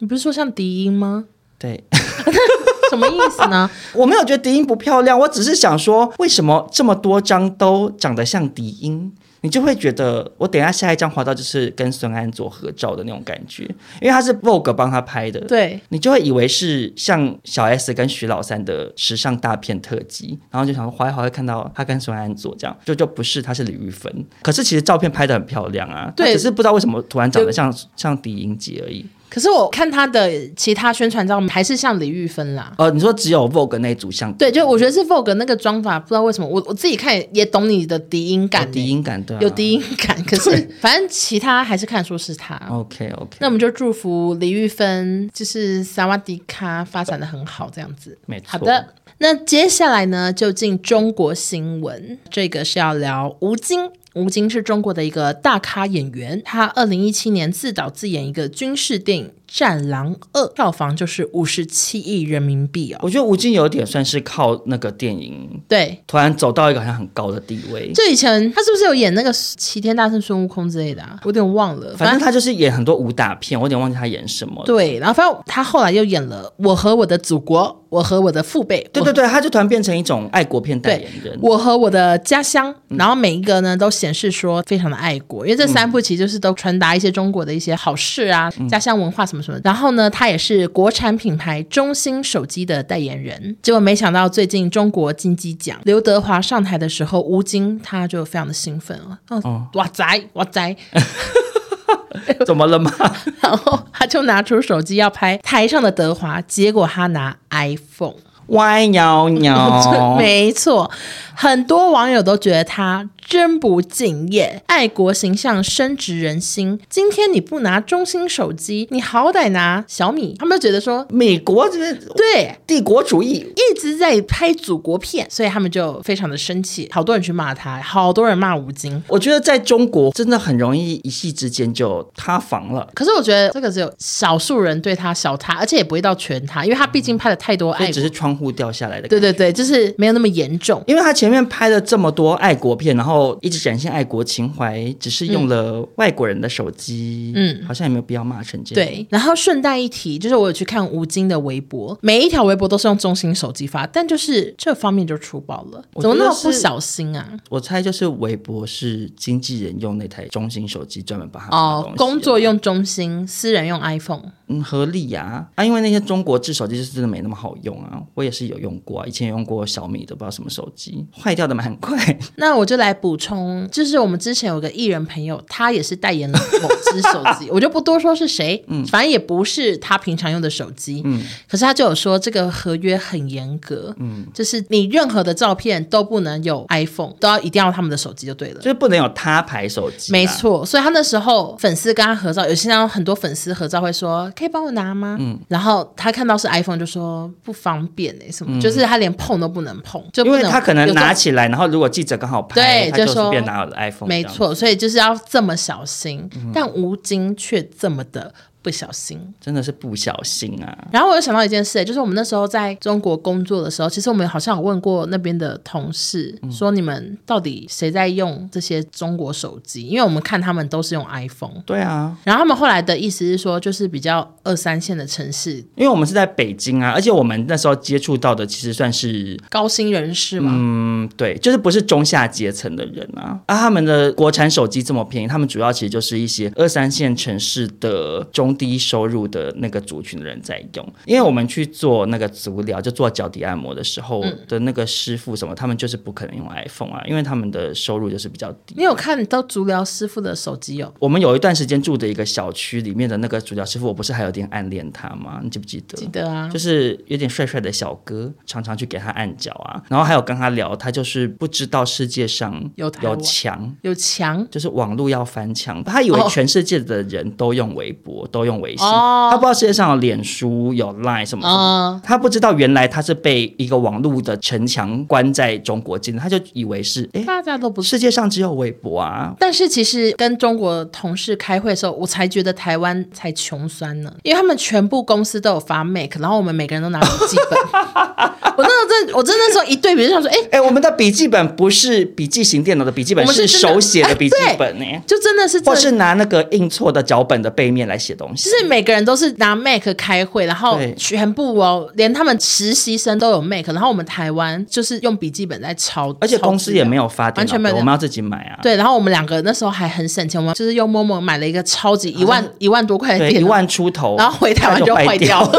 Speaker 1: 你不是说像迪音吗？
Speaker 3: 对
Speaker 1: 什么意思呢？
Speaker 3: 我没有觉得迪音不漂亮，我只是想说，为什么这么多张都长得像迪音？你就会觉得，我等一下下一张滑到就是跟孙安佐合照的那种感觉，因为他是 Vogue 帮他拍的，
Speaker 1: 对，
Speaker 3: 你就会以为是像小 S 跟徐老三的时尚大片特辑，然后就想说滑一滑会看到他跟孙安佐这样，就就不是，他是李玉芬。可是其实照片拍的很漂亮啊，
Speaker 1: 对
Speaker 3: 她只是不知道为什么突然长得像像狄英杰而已。
Speaker 1: 可是我看他的其他宣传照，还是像李玉芬啦。
Speaker 3: 呃，你说只有 Vogue 那一组像哦
Speaker 1: 对，就我觉得是 Vogue 那个妆法，不知道为什么，我我自己看也懂你的低音感、欸
Speaker 3: 有狄音感，对、啊，
Speaker 1: 有低音感。可是反正其他还是看出是他。
Speaker 3: OK OK，
Speaker 1: 那我们就祝福李玉芬，就是萨瓦迪卡发展的很好，这样子。
Speaker 3: 没错
Speaker 1: 好的，那接下来呢，就进中国新闻，这个是要聊吴京。吴京是中国的一个大咖演员，他二零一七年自导自演一个军事电影《战狼二》，票房就是五十七亿人民币哦。
Speaker 3: 我觉得吴京有点算是靠那个电影
Speaker 1: 对，
Speaker 3: 突然走到一个好像很高的地位。
Speaker 1: 就以前他是不是有演那个齐天大圣孙悟空之类的啊？我有点忘了，
Speaker 3: 反正他就是演很多武打片，我有点忘记他演什么了。
Speaker 1: 对，然后反正他后来又演了《我和我的祖国》，《我和我的父辈》，
Speaker 3: 对对对，他就突然变成一种爱国片代言人。嗯
Speaker 1: 我和我的家乡，然后每一个呢都显示说非常的爱国，因为这三部其实就是都传达一些中国的一些好事啊，
Speaker 3: 嗯
Speaker 1: 家乡文化什么什么。然后呢，他也是国产品牌中兴手机的代言人。结果没想到最近中国金鸡奖，刘德华上台的时候，吴京他就非常的兴奋了，
Speaker 3: 哦
Speaker 1: 嗯，哇塞哇塞，
Speaker 3: 怎么了吗？
Speaker 1: 然后他就拿出手机要拍台上的德华，结果他拿 iPhone。
Speaker 3: 歪扭 扭，
Speaker 1: 没错，很多网友都觉得他真不敬业，爱国形象深植人心。今天你不拿中兴手机，你好歹拿小米。他们就觉得说，
Speaker 3: 美国这边
Speaker 1: 对。
Speaker 3: 帝国主义。
Speaker 1: 一直在拍祖国片，所以他们就非常的生气，好多人去骂他，好多人骂吴京。
Speaker 3: 我觉得在中国真的很容易一夕之间就塌房了，
Speaker 1: 可是我觉得这个只有少数人对他小他，而且也不会到全他，因为他毕竟拍了太多爱
Speaker 3: 就
Speaker 1: 国
Speaker 3: 只是窗户掉下来的。
Speaker 1: 对对对，就是没有那么严重。
Speaker 3: 因为他前面拍了这么多爱国片，然后一直展现爱国情怀，只是用了外国人的手机，
Speaker 1: 嗯
Speaker 3: 嗯，好像也没有必要骂成这样。，
Speaker 1: 对，然后顺带一提，就是我有去看吴京的微博，每一条微博都是用中兴手机发，但就是这方面就出包了，
Speaker 3: 我
Speaker 1: 怎么
Speaker 3: 觉得
Speaker 1: 那么不
Speaker 3: 是
Speaker 1: 小心啊？
Speaker 3: 我猜就是微博是经纪人用那台中兴手机专门帮他发
Speaker 1: 哦
Speaker 3: 东，西
Speaker 1: 工作
Speaker 3: 的
Speaker 1: 用中兴，私人用 iPhone。
Speaker 3: 嗯合理呀、啊，因为那些中国制手机就是真的没那么好用啊，我也也是有用过啊，以前也用过小米的，不知道什么手机，坏掉的蛮快。
Speaker 1: 那我就来补充，就是我们之前有个艺人朋友，他也是代言了某只手 机，我就不多说是谁，
Speaker 3: 嗯
Speaker 1: 反正也不是他平常用的手机，可是他就有说这个合约很严格，
Speaker 3: 嗯
Speaker 1: 就是你任何的照片都不能有 iPhone，都要一定要他们的手机就对了
Speaker 3: 就。是不能有他牌手机。
Speaker 1: 没，错，所以他那时候粉丝跟他合照，有些人很多粉丝合照会说：“可以帮我拿吗？”
Speaker 3: 嗯
Speaker 1: 然后他看到是 iPhone 就说不方便哎、什么，就是他连碰都不能碰，就不
Speaker 3: 嗯因为
Speaker 1: 能
Speaker 3: 他可能
Speaker 1: 有这种
Speaker 3: 拿起来，然后如果记者刚好拍，
Speaker 1: 对
Speaker 3: 他就
Speaker 1: 就说
Speaker 3: 随便拿我的 iPhone。
Speaker 1: 没，错，所以就是要这么小心，
Speaker 3: 嗯
Speaker 1: 但吴京却这么的不小心。
Speaker 3: 真的是不小心啊。
Speaker 1: 然后我又想到一件事，欸就是我们那时候在中国工作的时候，其实我们好像有问过那边的同事，
Speaker 3: 嗯
Speaker 1: 说你们到底谁在用这些中国手机？因为我们看他们都是用 iPhone。
Speaker 3: 对啊，
Speaker 1: 然后他们后来的意思是说，就是比较二三线的城市
Speaker 3: 因为我们是在北京啊，而且我们那时候接触到的其实算是，
Speaker 1: 高薪人士嘛，
Speaker 3: 嗯，对，就是不是中下阶层的人啊。啊，他们的国产手机这么便宜，他们主要其实就是一些二三线城市的中低收入的那个族群的人在用。因为我们去做那个足疗，就做脚底按摩的时候的那个师傅什么，他们就是不可能用 iPhone 啊，因为他们的收入就是比较低。
Speaker 1: 你有看到足疗师傅的手机有
Speaker 3: 我们有一段时间住的一个小区里面的那个主角师傅，我不是还有点暗恋他吗？你记不记得？
Speaker 1: 记得啊？
Speaker 3: 就是有点帅帅的小哥，常常去给他按脚啊，然后还有跟他聊，他就是不知道世界上
Speaker 1: 有台湾
Speaker 3: 墙，
Speaker 1: 有墙
Speaker 3: 就是网络要翻墙，他以为
Speaker 1: 哦
Speaker 3: 全世界的人都用微博，都用微信，
Speaker 1: 哦
Speaker 3: 他不知道世界上有脸书、有 Line 什么什么，
Speaker 1: 啊、
Speaker 3: 他不知道原来他是被一个网络的城墙关在中国境内，他就以为是哎，
Speaker 1: 大家都不是。
Speaker 3: 世界上只有微博啊，
Speaker 1: 但是其实跟中国同事开会的时候，我才觉得台湾才穷酸呢，因为他们全部公司都有发 Make，然后我们每个人都拿笔记 本。我那时候真的，我真的那时候一对比就想说，哎、
Speaker 3: 哎、我们的笔记本不是笔记型电脑的笔记本，
Speaker 1: 我们是真的
Speaker 3: 手写的笔记
Speaker 1: 哎对
Speaker 3: 本呢、
Speaker 1: 就真的是这
Speaker 3: 或，是拿那个印错的脚本的背面来写东西
Speaker 1: 就。是每个人都是拿 Make 开会，然后
Speaker 3: 对
Speaker 1: 全部哦，连他们实习生都有 Make，然后我们台湾就是用笔记本在抄，
Speaker 3: 而且公司也
Speaker 1: 有。
Speaker 3: 没有发电
Speaker 1: 完
Speaker 3: 脑
Speaker 1: 全没有
Speaker 3: 给我们要自己买啊。
Speaker 1: 对，然后我们两个那时候还很省钱，我们就是用陌陌买了一个超 级一万一万多块的
Speaker 3: 对，
Speaker 1: 电
Speaker 3: 一
Speaker 1: 脑，
Speaker 3: 万出头，
Speaker 1: 然后回台湾
Speaker 3: 就
Speaker 1: 就坏掉
Speaker 3: 掉。
Speaker 1: 了。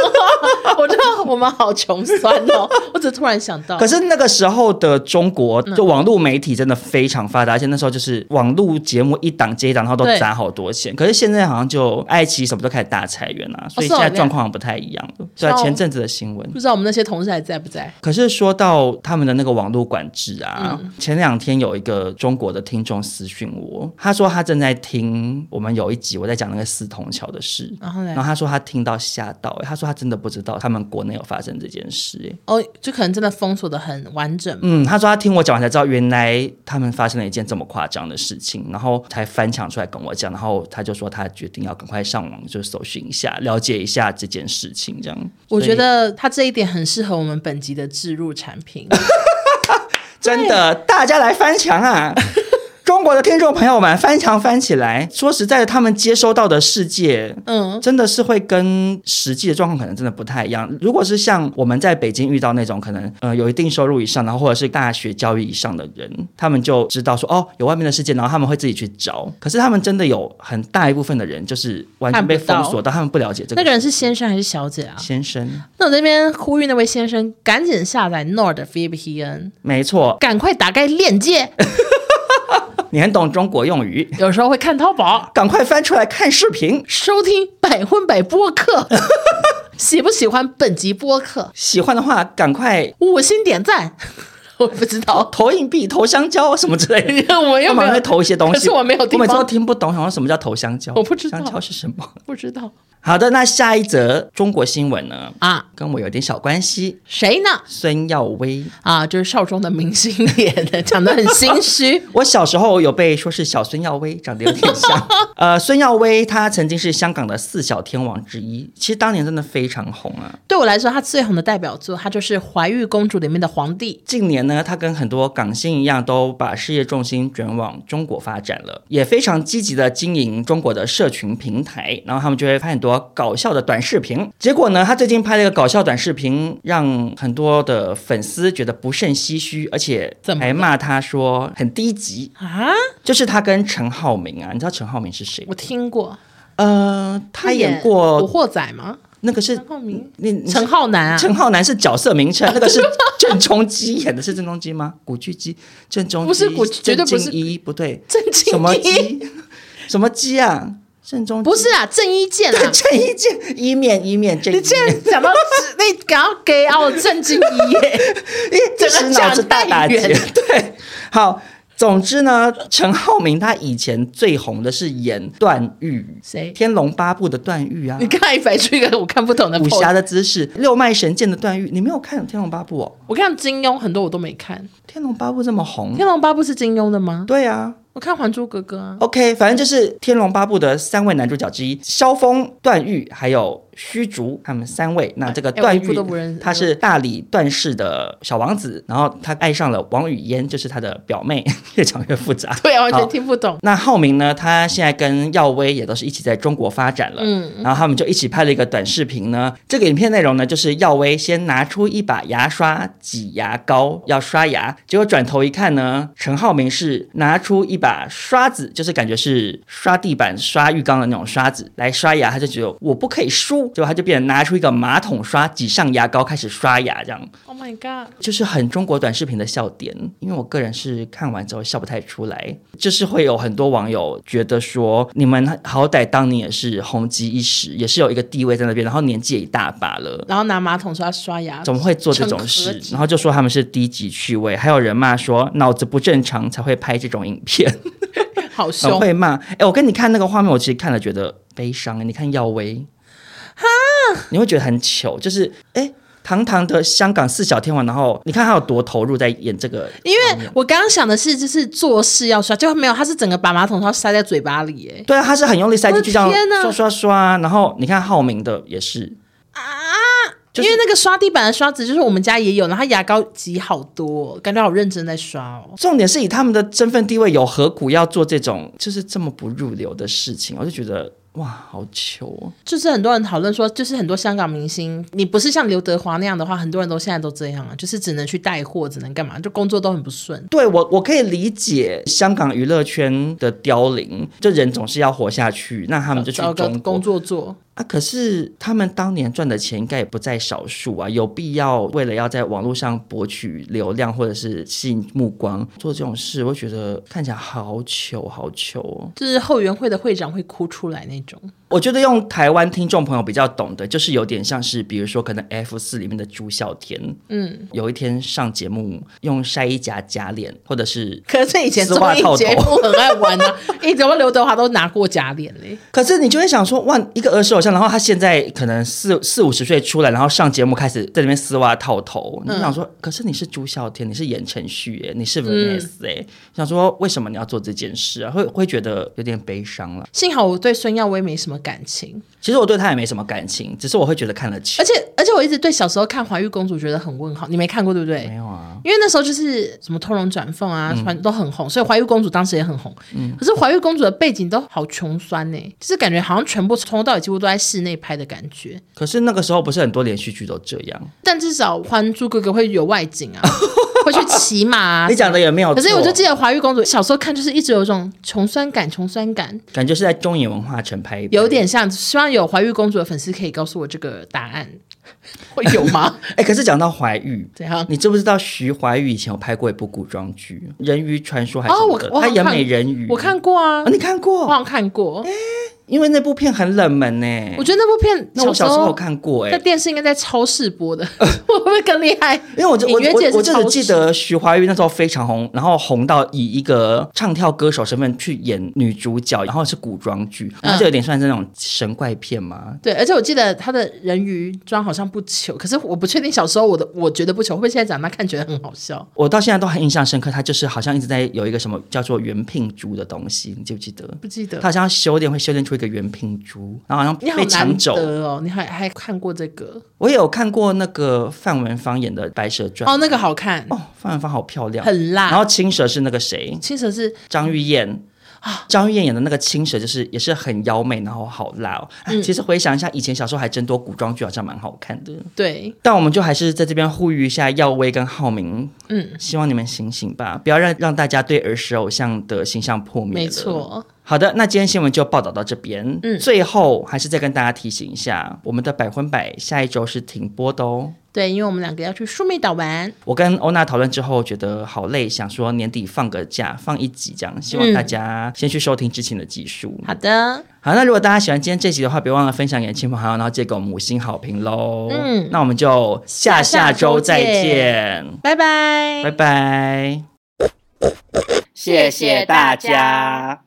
Speaker 1: 我知道我们好穷酸 哦，我只突然想到
Speaker 3: 可，是那个时候的中国，
Speaker 1: 嗯
Speaker 3: 就网络媒体真的非常发达，而且那时候就是网络节目一档接一档，然后都
Speaker 1: 对
Speaker 3: 砸好多钱。可是现在好像就爱奇艺什么都开始大裁员啊，所以
Speaker 1: 是
Speaker 3: 现
Speaker 1: 哦
Speaker 3: 在
Speaker 1: 那
Speaker 3: 状况不太一样了。对啊，
Speaker 1: 像
Speaker 3: 前阵子的新闻，
Speaker 1: 不知道我们那些同事还在不在？
Speaker 3: 可是说到他们的那个网络管制啊，前两天有一个中国的听众私讯我，他说他正在听我们有一集我在讲那个四通桥的事，
Speaker 1: 然后
Speaker 3: 然
Speaker 1: 呢？
Speaker 3: 后他说他听到吓到、欸他说他真的不知道他们国内有发生这件事、欸
Speaker 1: 哦，就可能真的封锁的很完整。
Speaker 3: 嗯，他说他听我讲完才知道，原来他们发生了一件这么夸张的事情，然后才翻墙出来跟我讲，然后他就说他决定要赶快上网就搜寻一下，了解一下这件事情，这样。
Speaker 1: 我
Speaker 3: 所以
Speaker 1: 觉得它这一点很适合我们本集的置入产品。
Speaker 3: 真的，大家来翻 墙啊！中国的听众朋友们，翻墙翻起来！说实在的，他们接收到的世界。
Speaker 1: 嗯，
Speaker 3: 真的是会跟实际的状况可能真的不太一样。如果是像我们在北京遇到那种可能呃有一定收入以上，然后或者是大学教育以上的人，他们就知道说哦有外面的世界，然后他们会自己去找。可是他们真的有很大一部分的人就是完全被
Speaker 1: 看不到
Speaker 3: 封锁到，他们不了解这个
Speaker 1: 那个人是先生还是小姐啊？
Speaker 3: 先生。
Speaker 1: 那我这边呼吁那位先生，赶紧下载 Nord VPN，
Speaker 3: 没错，
Speaker 1: 赶快打开链 接。
Speaker 3: 你很懂中国用语，
Speaker 1: 有时候会看淘宝，
Speaker 3: 赶快翻出来看视频。
Speaker 1: 收听百分百播 客。喜不喜欢本集播客？
Speaker 3: 喜欢的话，赶快
Speaker 1: 五星点赞。 我不知道，
Speaker 3: 投硬币、投香蕉什么之类的。
Speaker 1: 我又
Speaker 3: 他
Speaker 1: 没
Speaker 3: 们
Speaker 1: 有
Speaker 3: 会投一些东西，
Speaker 1: 可是我没有地方
Speaker 3: 我每次都听不懂，好像什么叫投香蕉，
Speaker 1: 我不知道
Speaker 3: 香蕉是什么。
Speaker 1: 不知道
Speaker 3: 好的，那下一则中国新闻呢，
Speaker 1: 啊，
Speaker 3: 跟我有点小关系。
Speaker 1: 谁呢？
Speaker 3: 孙耀威，
Speaker 1: 啊，就是少中的明星脸的，讲的很心虚。
Speaker 3: 我小时候有被说是小孙耀威，长得有 点像。呃，孙耀威他曾经是香港的四小天王之一，其实当年真的非常红啊。
Speaker 1: 对我来说，他最红的代表作，他就是《怀玉公主》里面的皇帝。
Speaker 3: 近年呢，他跟很多港星一样，都把事业重心转往中国发哦展了，也非常积极的经营中国的社群平台。然后他们就会拍很多搞笑的短视频。结果呢，他最近拍了一个搞笑短视频，让很多的粉丝觉得不胜唏嘘，而且
Speaker 1: 怎么了
Speaker 3: 还骂他说很低级。
Speaker 1: 啊，
Speaker 3: 就是他跟陈浩民啊，你知道陈浩民是谁吗
Speaker 1: 我？听过，
Speaker 3: 呃，他演
Speaker 1: 古
Speaker 3: 过
Speaker 1: 惑仔》吗？
Speaker 3: 那个是
Speaker 1: 陈浩民、
Speaker 3: 你你
Speaker 1: 陈浩南 啊，
Speaker 3: 陈浩南是角色名称，那个 是郑中基演的，是郑中基吗？古巨基，郑中基
Speaker 1: 不是古绝对不是
Speaker 3: 郑敬一不对，
Speaker 1: 郑敬
Speaker 3: 什么
Speaker 1: 一
Speaker 3: 基？什么基啊？郑中基
Speaker 1: 不是啊，郑伊健啊
Speaker 3: 对，郑伊健一面一面郑伊
Speaker 1: 你竟
Speaker 3: 健，
Speaker 1: 然讲到那讲到 gay 啊，我震惊一耶！
Speaker 3: 哎一
Speaker 1: 整个
Speaker 3: 时脑子大打结
Speaker 1: 讲 太远。
Speaker 3: 对，好。总之呢，陈浩民他以前最红的是演段誉，
Speaker 1: 谁
Speaker 3: 《天龙八部》的段誉啊
Speaker 1: 你，刚才摆出一个我看不懂的
Speaker 3: 武
Speaker 1: pose
Speaker 3: 侠的姿势，六脉神剑的段誉，你没有看《天龙八部》哦？
Speaker 1: 我看金庸很多我都没看，
Speaker 3: 《天龙八部》这么
Speaker 1: 《
Speaker 3: 红，
Speaker 1: 天龙八部》是金庸的吗？
Speaker 3: 对啊，
Speaker 1: 我看《还珠格格》啊。
Speaker 3: OK，反正就是《天龙八部》的三位男主角之一，萧峰、段誉还有虚竹，他们三位。那这个
Speaker 1: 哎
Speaker 3: 段
Speaker 1: 我一部
Speaker 3: 誉
Speaker 1: 都不认识，嗯
Speaker 3: 他是大理段氏的小王子，然后他爱上了王语嫣，就是他的表妹， 越讲越复杂。
Speaker 1: 对啊，完全
Speaker 3: 好
Speaker 1: 听不懂。
Speaker 3: 那浩明呢？他现在跟耀威也都是一起在中国发展了。
Speaker 1: 嗯，
Speaker 3: 然后他们就一起拍了一个短视频呢。这个影片内容呢，就是耀威先拿出一把牙刷挤牙膏要刷牙，结果转头一看呢，陈浩民是拿出一把刷子，就是感觉是刷地板、刷浴缸的那种刷子来刷牙，他就觉得我不可以输，结果他就变成拿出一个马桶刷挤上牙膏开始刷牙，这样
Speaker 1: Oh my god！
Speaker 3: 就是很中国短视频的笑点。因为我个人是看完之后笑不太出来，就是会有很多网友觉得说，你们好歹当年也是红极一时，也是有一个地位在那边，然后年纪也一大把了。
Speaker 1: 然后拿马桶刷刷牙，
Speaker 3: 怎么会做这种
Speaker 1: 成何
Speaker 3: 事？
Speaker 1: 体
Speaker 3: 然后就说他们是低级趣味，还有人骂说脑子不正常才会拍这种影片，
Speaker 1: 好
Speaker 3: 很
Speaker 1: 凶
Speaker 3: 会骂。哎，我跟你看那个画面，我其实看了觉得悲伤。欸你看耀威，哈，你会觉得很糗，就是哎，堂堂的香港四小天王，然后你看他有多投入在演这个
Speaker 1: 因为我刚刚想的是，就是做事要刷，结果没有，他是整个把马桶刷塞在嘴巴里，哎
Speaker 3: 对啊，他是很用力塞进去，这样
Speaker 1: 我的天哪
Speaker 3: 刷刷刷。然后你看浩明的也是，就是
Speaker 1: 因为那个刷地板的刷子，就是我们家也有，然后它牙膏挤好多，感觉好认真在刷哦。
Speaker 3: 重点是以他们的身份地位，有何苦要做这种就是这么不入流的事情？我就觉得哇，好糗哦！
Speaker 1: 就是很多人讨论说，就是很多香港明星，你不是像刘德华那样的话，很多人都现在都这样啊，就是只能去带货，只能干嘛，就工作都很不顺。
Speaker 3: 对我，我可以理解香港娱乐圈的凋零，就人总是要活下去，那他们就去
Speaker 1: 找个
Speaker 3: 中国
Speaker 1: 工作做，
Speaker 3: 啊。可是他们当年赚的钱应该也不在少数啊，有必要为了要在网络上博取流量或者是吸引目光做这种事？我觉得看起来好糗，好糗哦。
Speaker 1: 就是后援会的会长会哭出来那种。
Speaker 3: 我觉得用台湾听众朋友比较懂的，就是有点像是，比如说可能 F 四里面的朱孝天，
Speaker 1: 嗯，
Speaker 3: 有一天上节目用晒衣夹夹脸，或者是，
Speaker 1: 可是以前
Speaker 3: 丝
Speaker 1: 综
Speaker 3: 袜
Speaker 1: 艺
Speaker 3: 套头
Speaker 1: 节目很爱玩啊，哎、怎么刘德华都拿过假脸嘞？
Speaker 3: 可是你就会想说，哇，一个儿时偶像，然后他现在可能四四五十岁出来，然后上节目开始在里面丝袜套头，你就想说，
Speaker 1: 嗯
Speaker 3: 可是你是朱孝天，你是言承旭耶，你是 Vanessa
Speaker 1: 嗯
Speaker 3: 哎、想说为什么你要做这件事啊？会会觉得有点悲伤了。
Speaker 1: 幸好我对孙耀威没什么感情，
Speaker 3: 其实我对他也没什么感情，只是我会觉得看得起
Speaker 1: 而。且而且我一直对小时候看《怀玉公主》觉得很问号，你没看过对不对
Speaker 3: 没？有啊，嗯
Speaker 1: 因为那时候就是什么偷龙转凤啊，反正都很红，所以怀玉公主当时也很红。可是怀玉公主的背景都好穷酸呢、就是感觉好像全部从头到尾几乎都在室内拍的感觉。
Speaker 3: 可是那个时候不是很多连续剧都这样。
Speaker 1: 但至少《还珠格格》会有外景 啊，会去骑马、啊
Speaker 3: 你。讲的也没有
Speaker 1: 可
Speaker 3: 错，
Speaker 1: 是我就记得怀玉公主小时候看，就是一直有一种穷酸感，穷酸感，
Speaker 3: 感觉是在中影文化城拍，
Speaker 1: 有。点像。希望有怀玉公主的粉丝可以告诉我这个答案， 会有吗？
Speaker 3: 哎、可是讲到怀玉，
Speaker 1: 怎样？
Speaker 3: 你知不知道徐怀钰以前有拍过一部古装剧《人鱼传说》还是
Speaker 1: 哦
Speaker 3: 什么
Speaker 1: 我
Speaker 3: 的？
Speaker 1: 我好
Speaker 3: 他
Speaker 1: 像
Speaker 3: 演
Speaker 1: 看
Speaker 3: 美人鱼，
Speaker 1: 我看过啊
Speaker 3: 嗯哦，，你看
Speaker 1: 我
Speaker 3: 过
Speaker 1: 好？像看
Speaker 3: 哦
Speaker 1: 过。
Speaker 3: 因为那部片很冷门呢、
Speaker 1: 我觉得那部片
Speaker 3: 那我
Speaker 1: 时
Speaker 3: 小时
Speaker 1: 候
Speaker 3: 候有看呃过哎、
Speaker 1: 在电视应该在超市播的， 会不会更厉害？
Speaker 3: 因为我就我
Speaker 1: 隐约
Speaker 3: 我
Speaker 1: 界是
Speaker 3: 我就
Speaker 1: 超
Speaker 3: 是
Speaker 1: 市
Speaker 3: 记得徐怀钰那时候非常红，然后红到以一个唱跳歌手身份去演女主角，然后是古装剧，
Speaker 1: 嗯
Speaker 3: 然后就有点算是那种神怪片嘛。
Speaker 1: 对，而且我记得他的人鱼装好像不糗，可是我不确定小时候我的我觉得不糗，会不会现在长大看觉得很好笑？
Speaker 3: 我到现在都很印象深刻，他就是好像一直在有一个什么叫做原聘珠的东西，你记不记得？
Speaker 1: 不记得
Speaker 3: 他好像修炼会修炼出一个原品珠，然后好像
Speaker 1: 你好
Speaker 3: 被抢
Speaker 1: 难
Speaker 3: 走。
Speaker 1: 得哦，你还还看过这个
Speaker 3: 我也有看过那个范文芳演的《白蛇传》
Speaker 1: 哦，那个好看，
Speaker 3: 哦，范文芳好漂亮。
Speaker 1: 很
Speaker 3: 然
Speaker 1: 辣。
Speaker 3: 后青蛇是那个谁，
Speaker 1: 青蛇是
Speaker 3: 张玉燕。
Speaker 1: 啊
Speaker 3: 张玉燕演的那个青蛇，就是也是很妖媚，然后好辣哦。哎
Speaker 1: 嗯
Speaker 3: 其实回想一下，以前小时候还真多古装剧，好像蛮好看的。
Speaker 1: 对，
Speaker 3: 但我们就还是在这边呼吁一下耀威跟浩明，
Speaker 1: 嗯，
Speaker 3: 希望你们醒醒吧，不要让让大家对儿时偶像的形象破灭。
Speaker 1: 没，错。
Speaker 3: 好的，那今天新闻就报道到这边。
Speaker 1: 嗯
Speaker 3: 最后还是再跟大家提醒一下，我们的百分百下一周是停播的哦。
Speaker 1: 对，因为我们两个要去树莓岛玩，
Speaker 3: 我跟欧娜讨论之后，觉得好累，想说年底放个假，放一集这样，希望大家先去收听之前的集数。
Speaker 1: 嗯好的，
Speaker 3: 好，那如果大家喜欢今天这集的话，别忘了分享给亲朋好友，然后借给我们五星好评喽。
Speaker 1: 嗯
Speaker 3: 那我们就下下周再
Speaker 1: 下下周
Speaker 3: 见，
Speaker 1: 拜拜，
Speaker 3: 拜拜。
Speaker 2: 谢谢大家。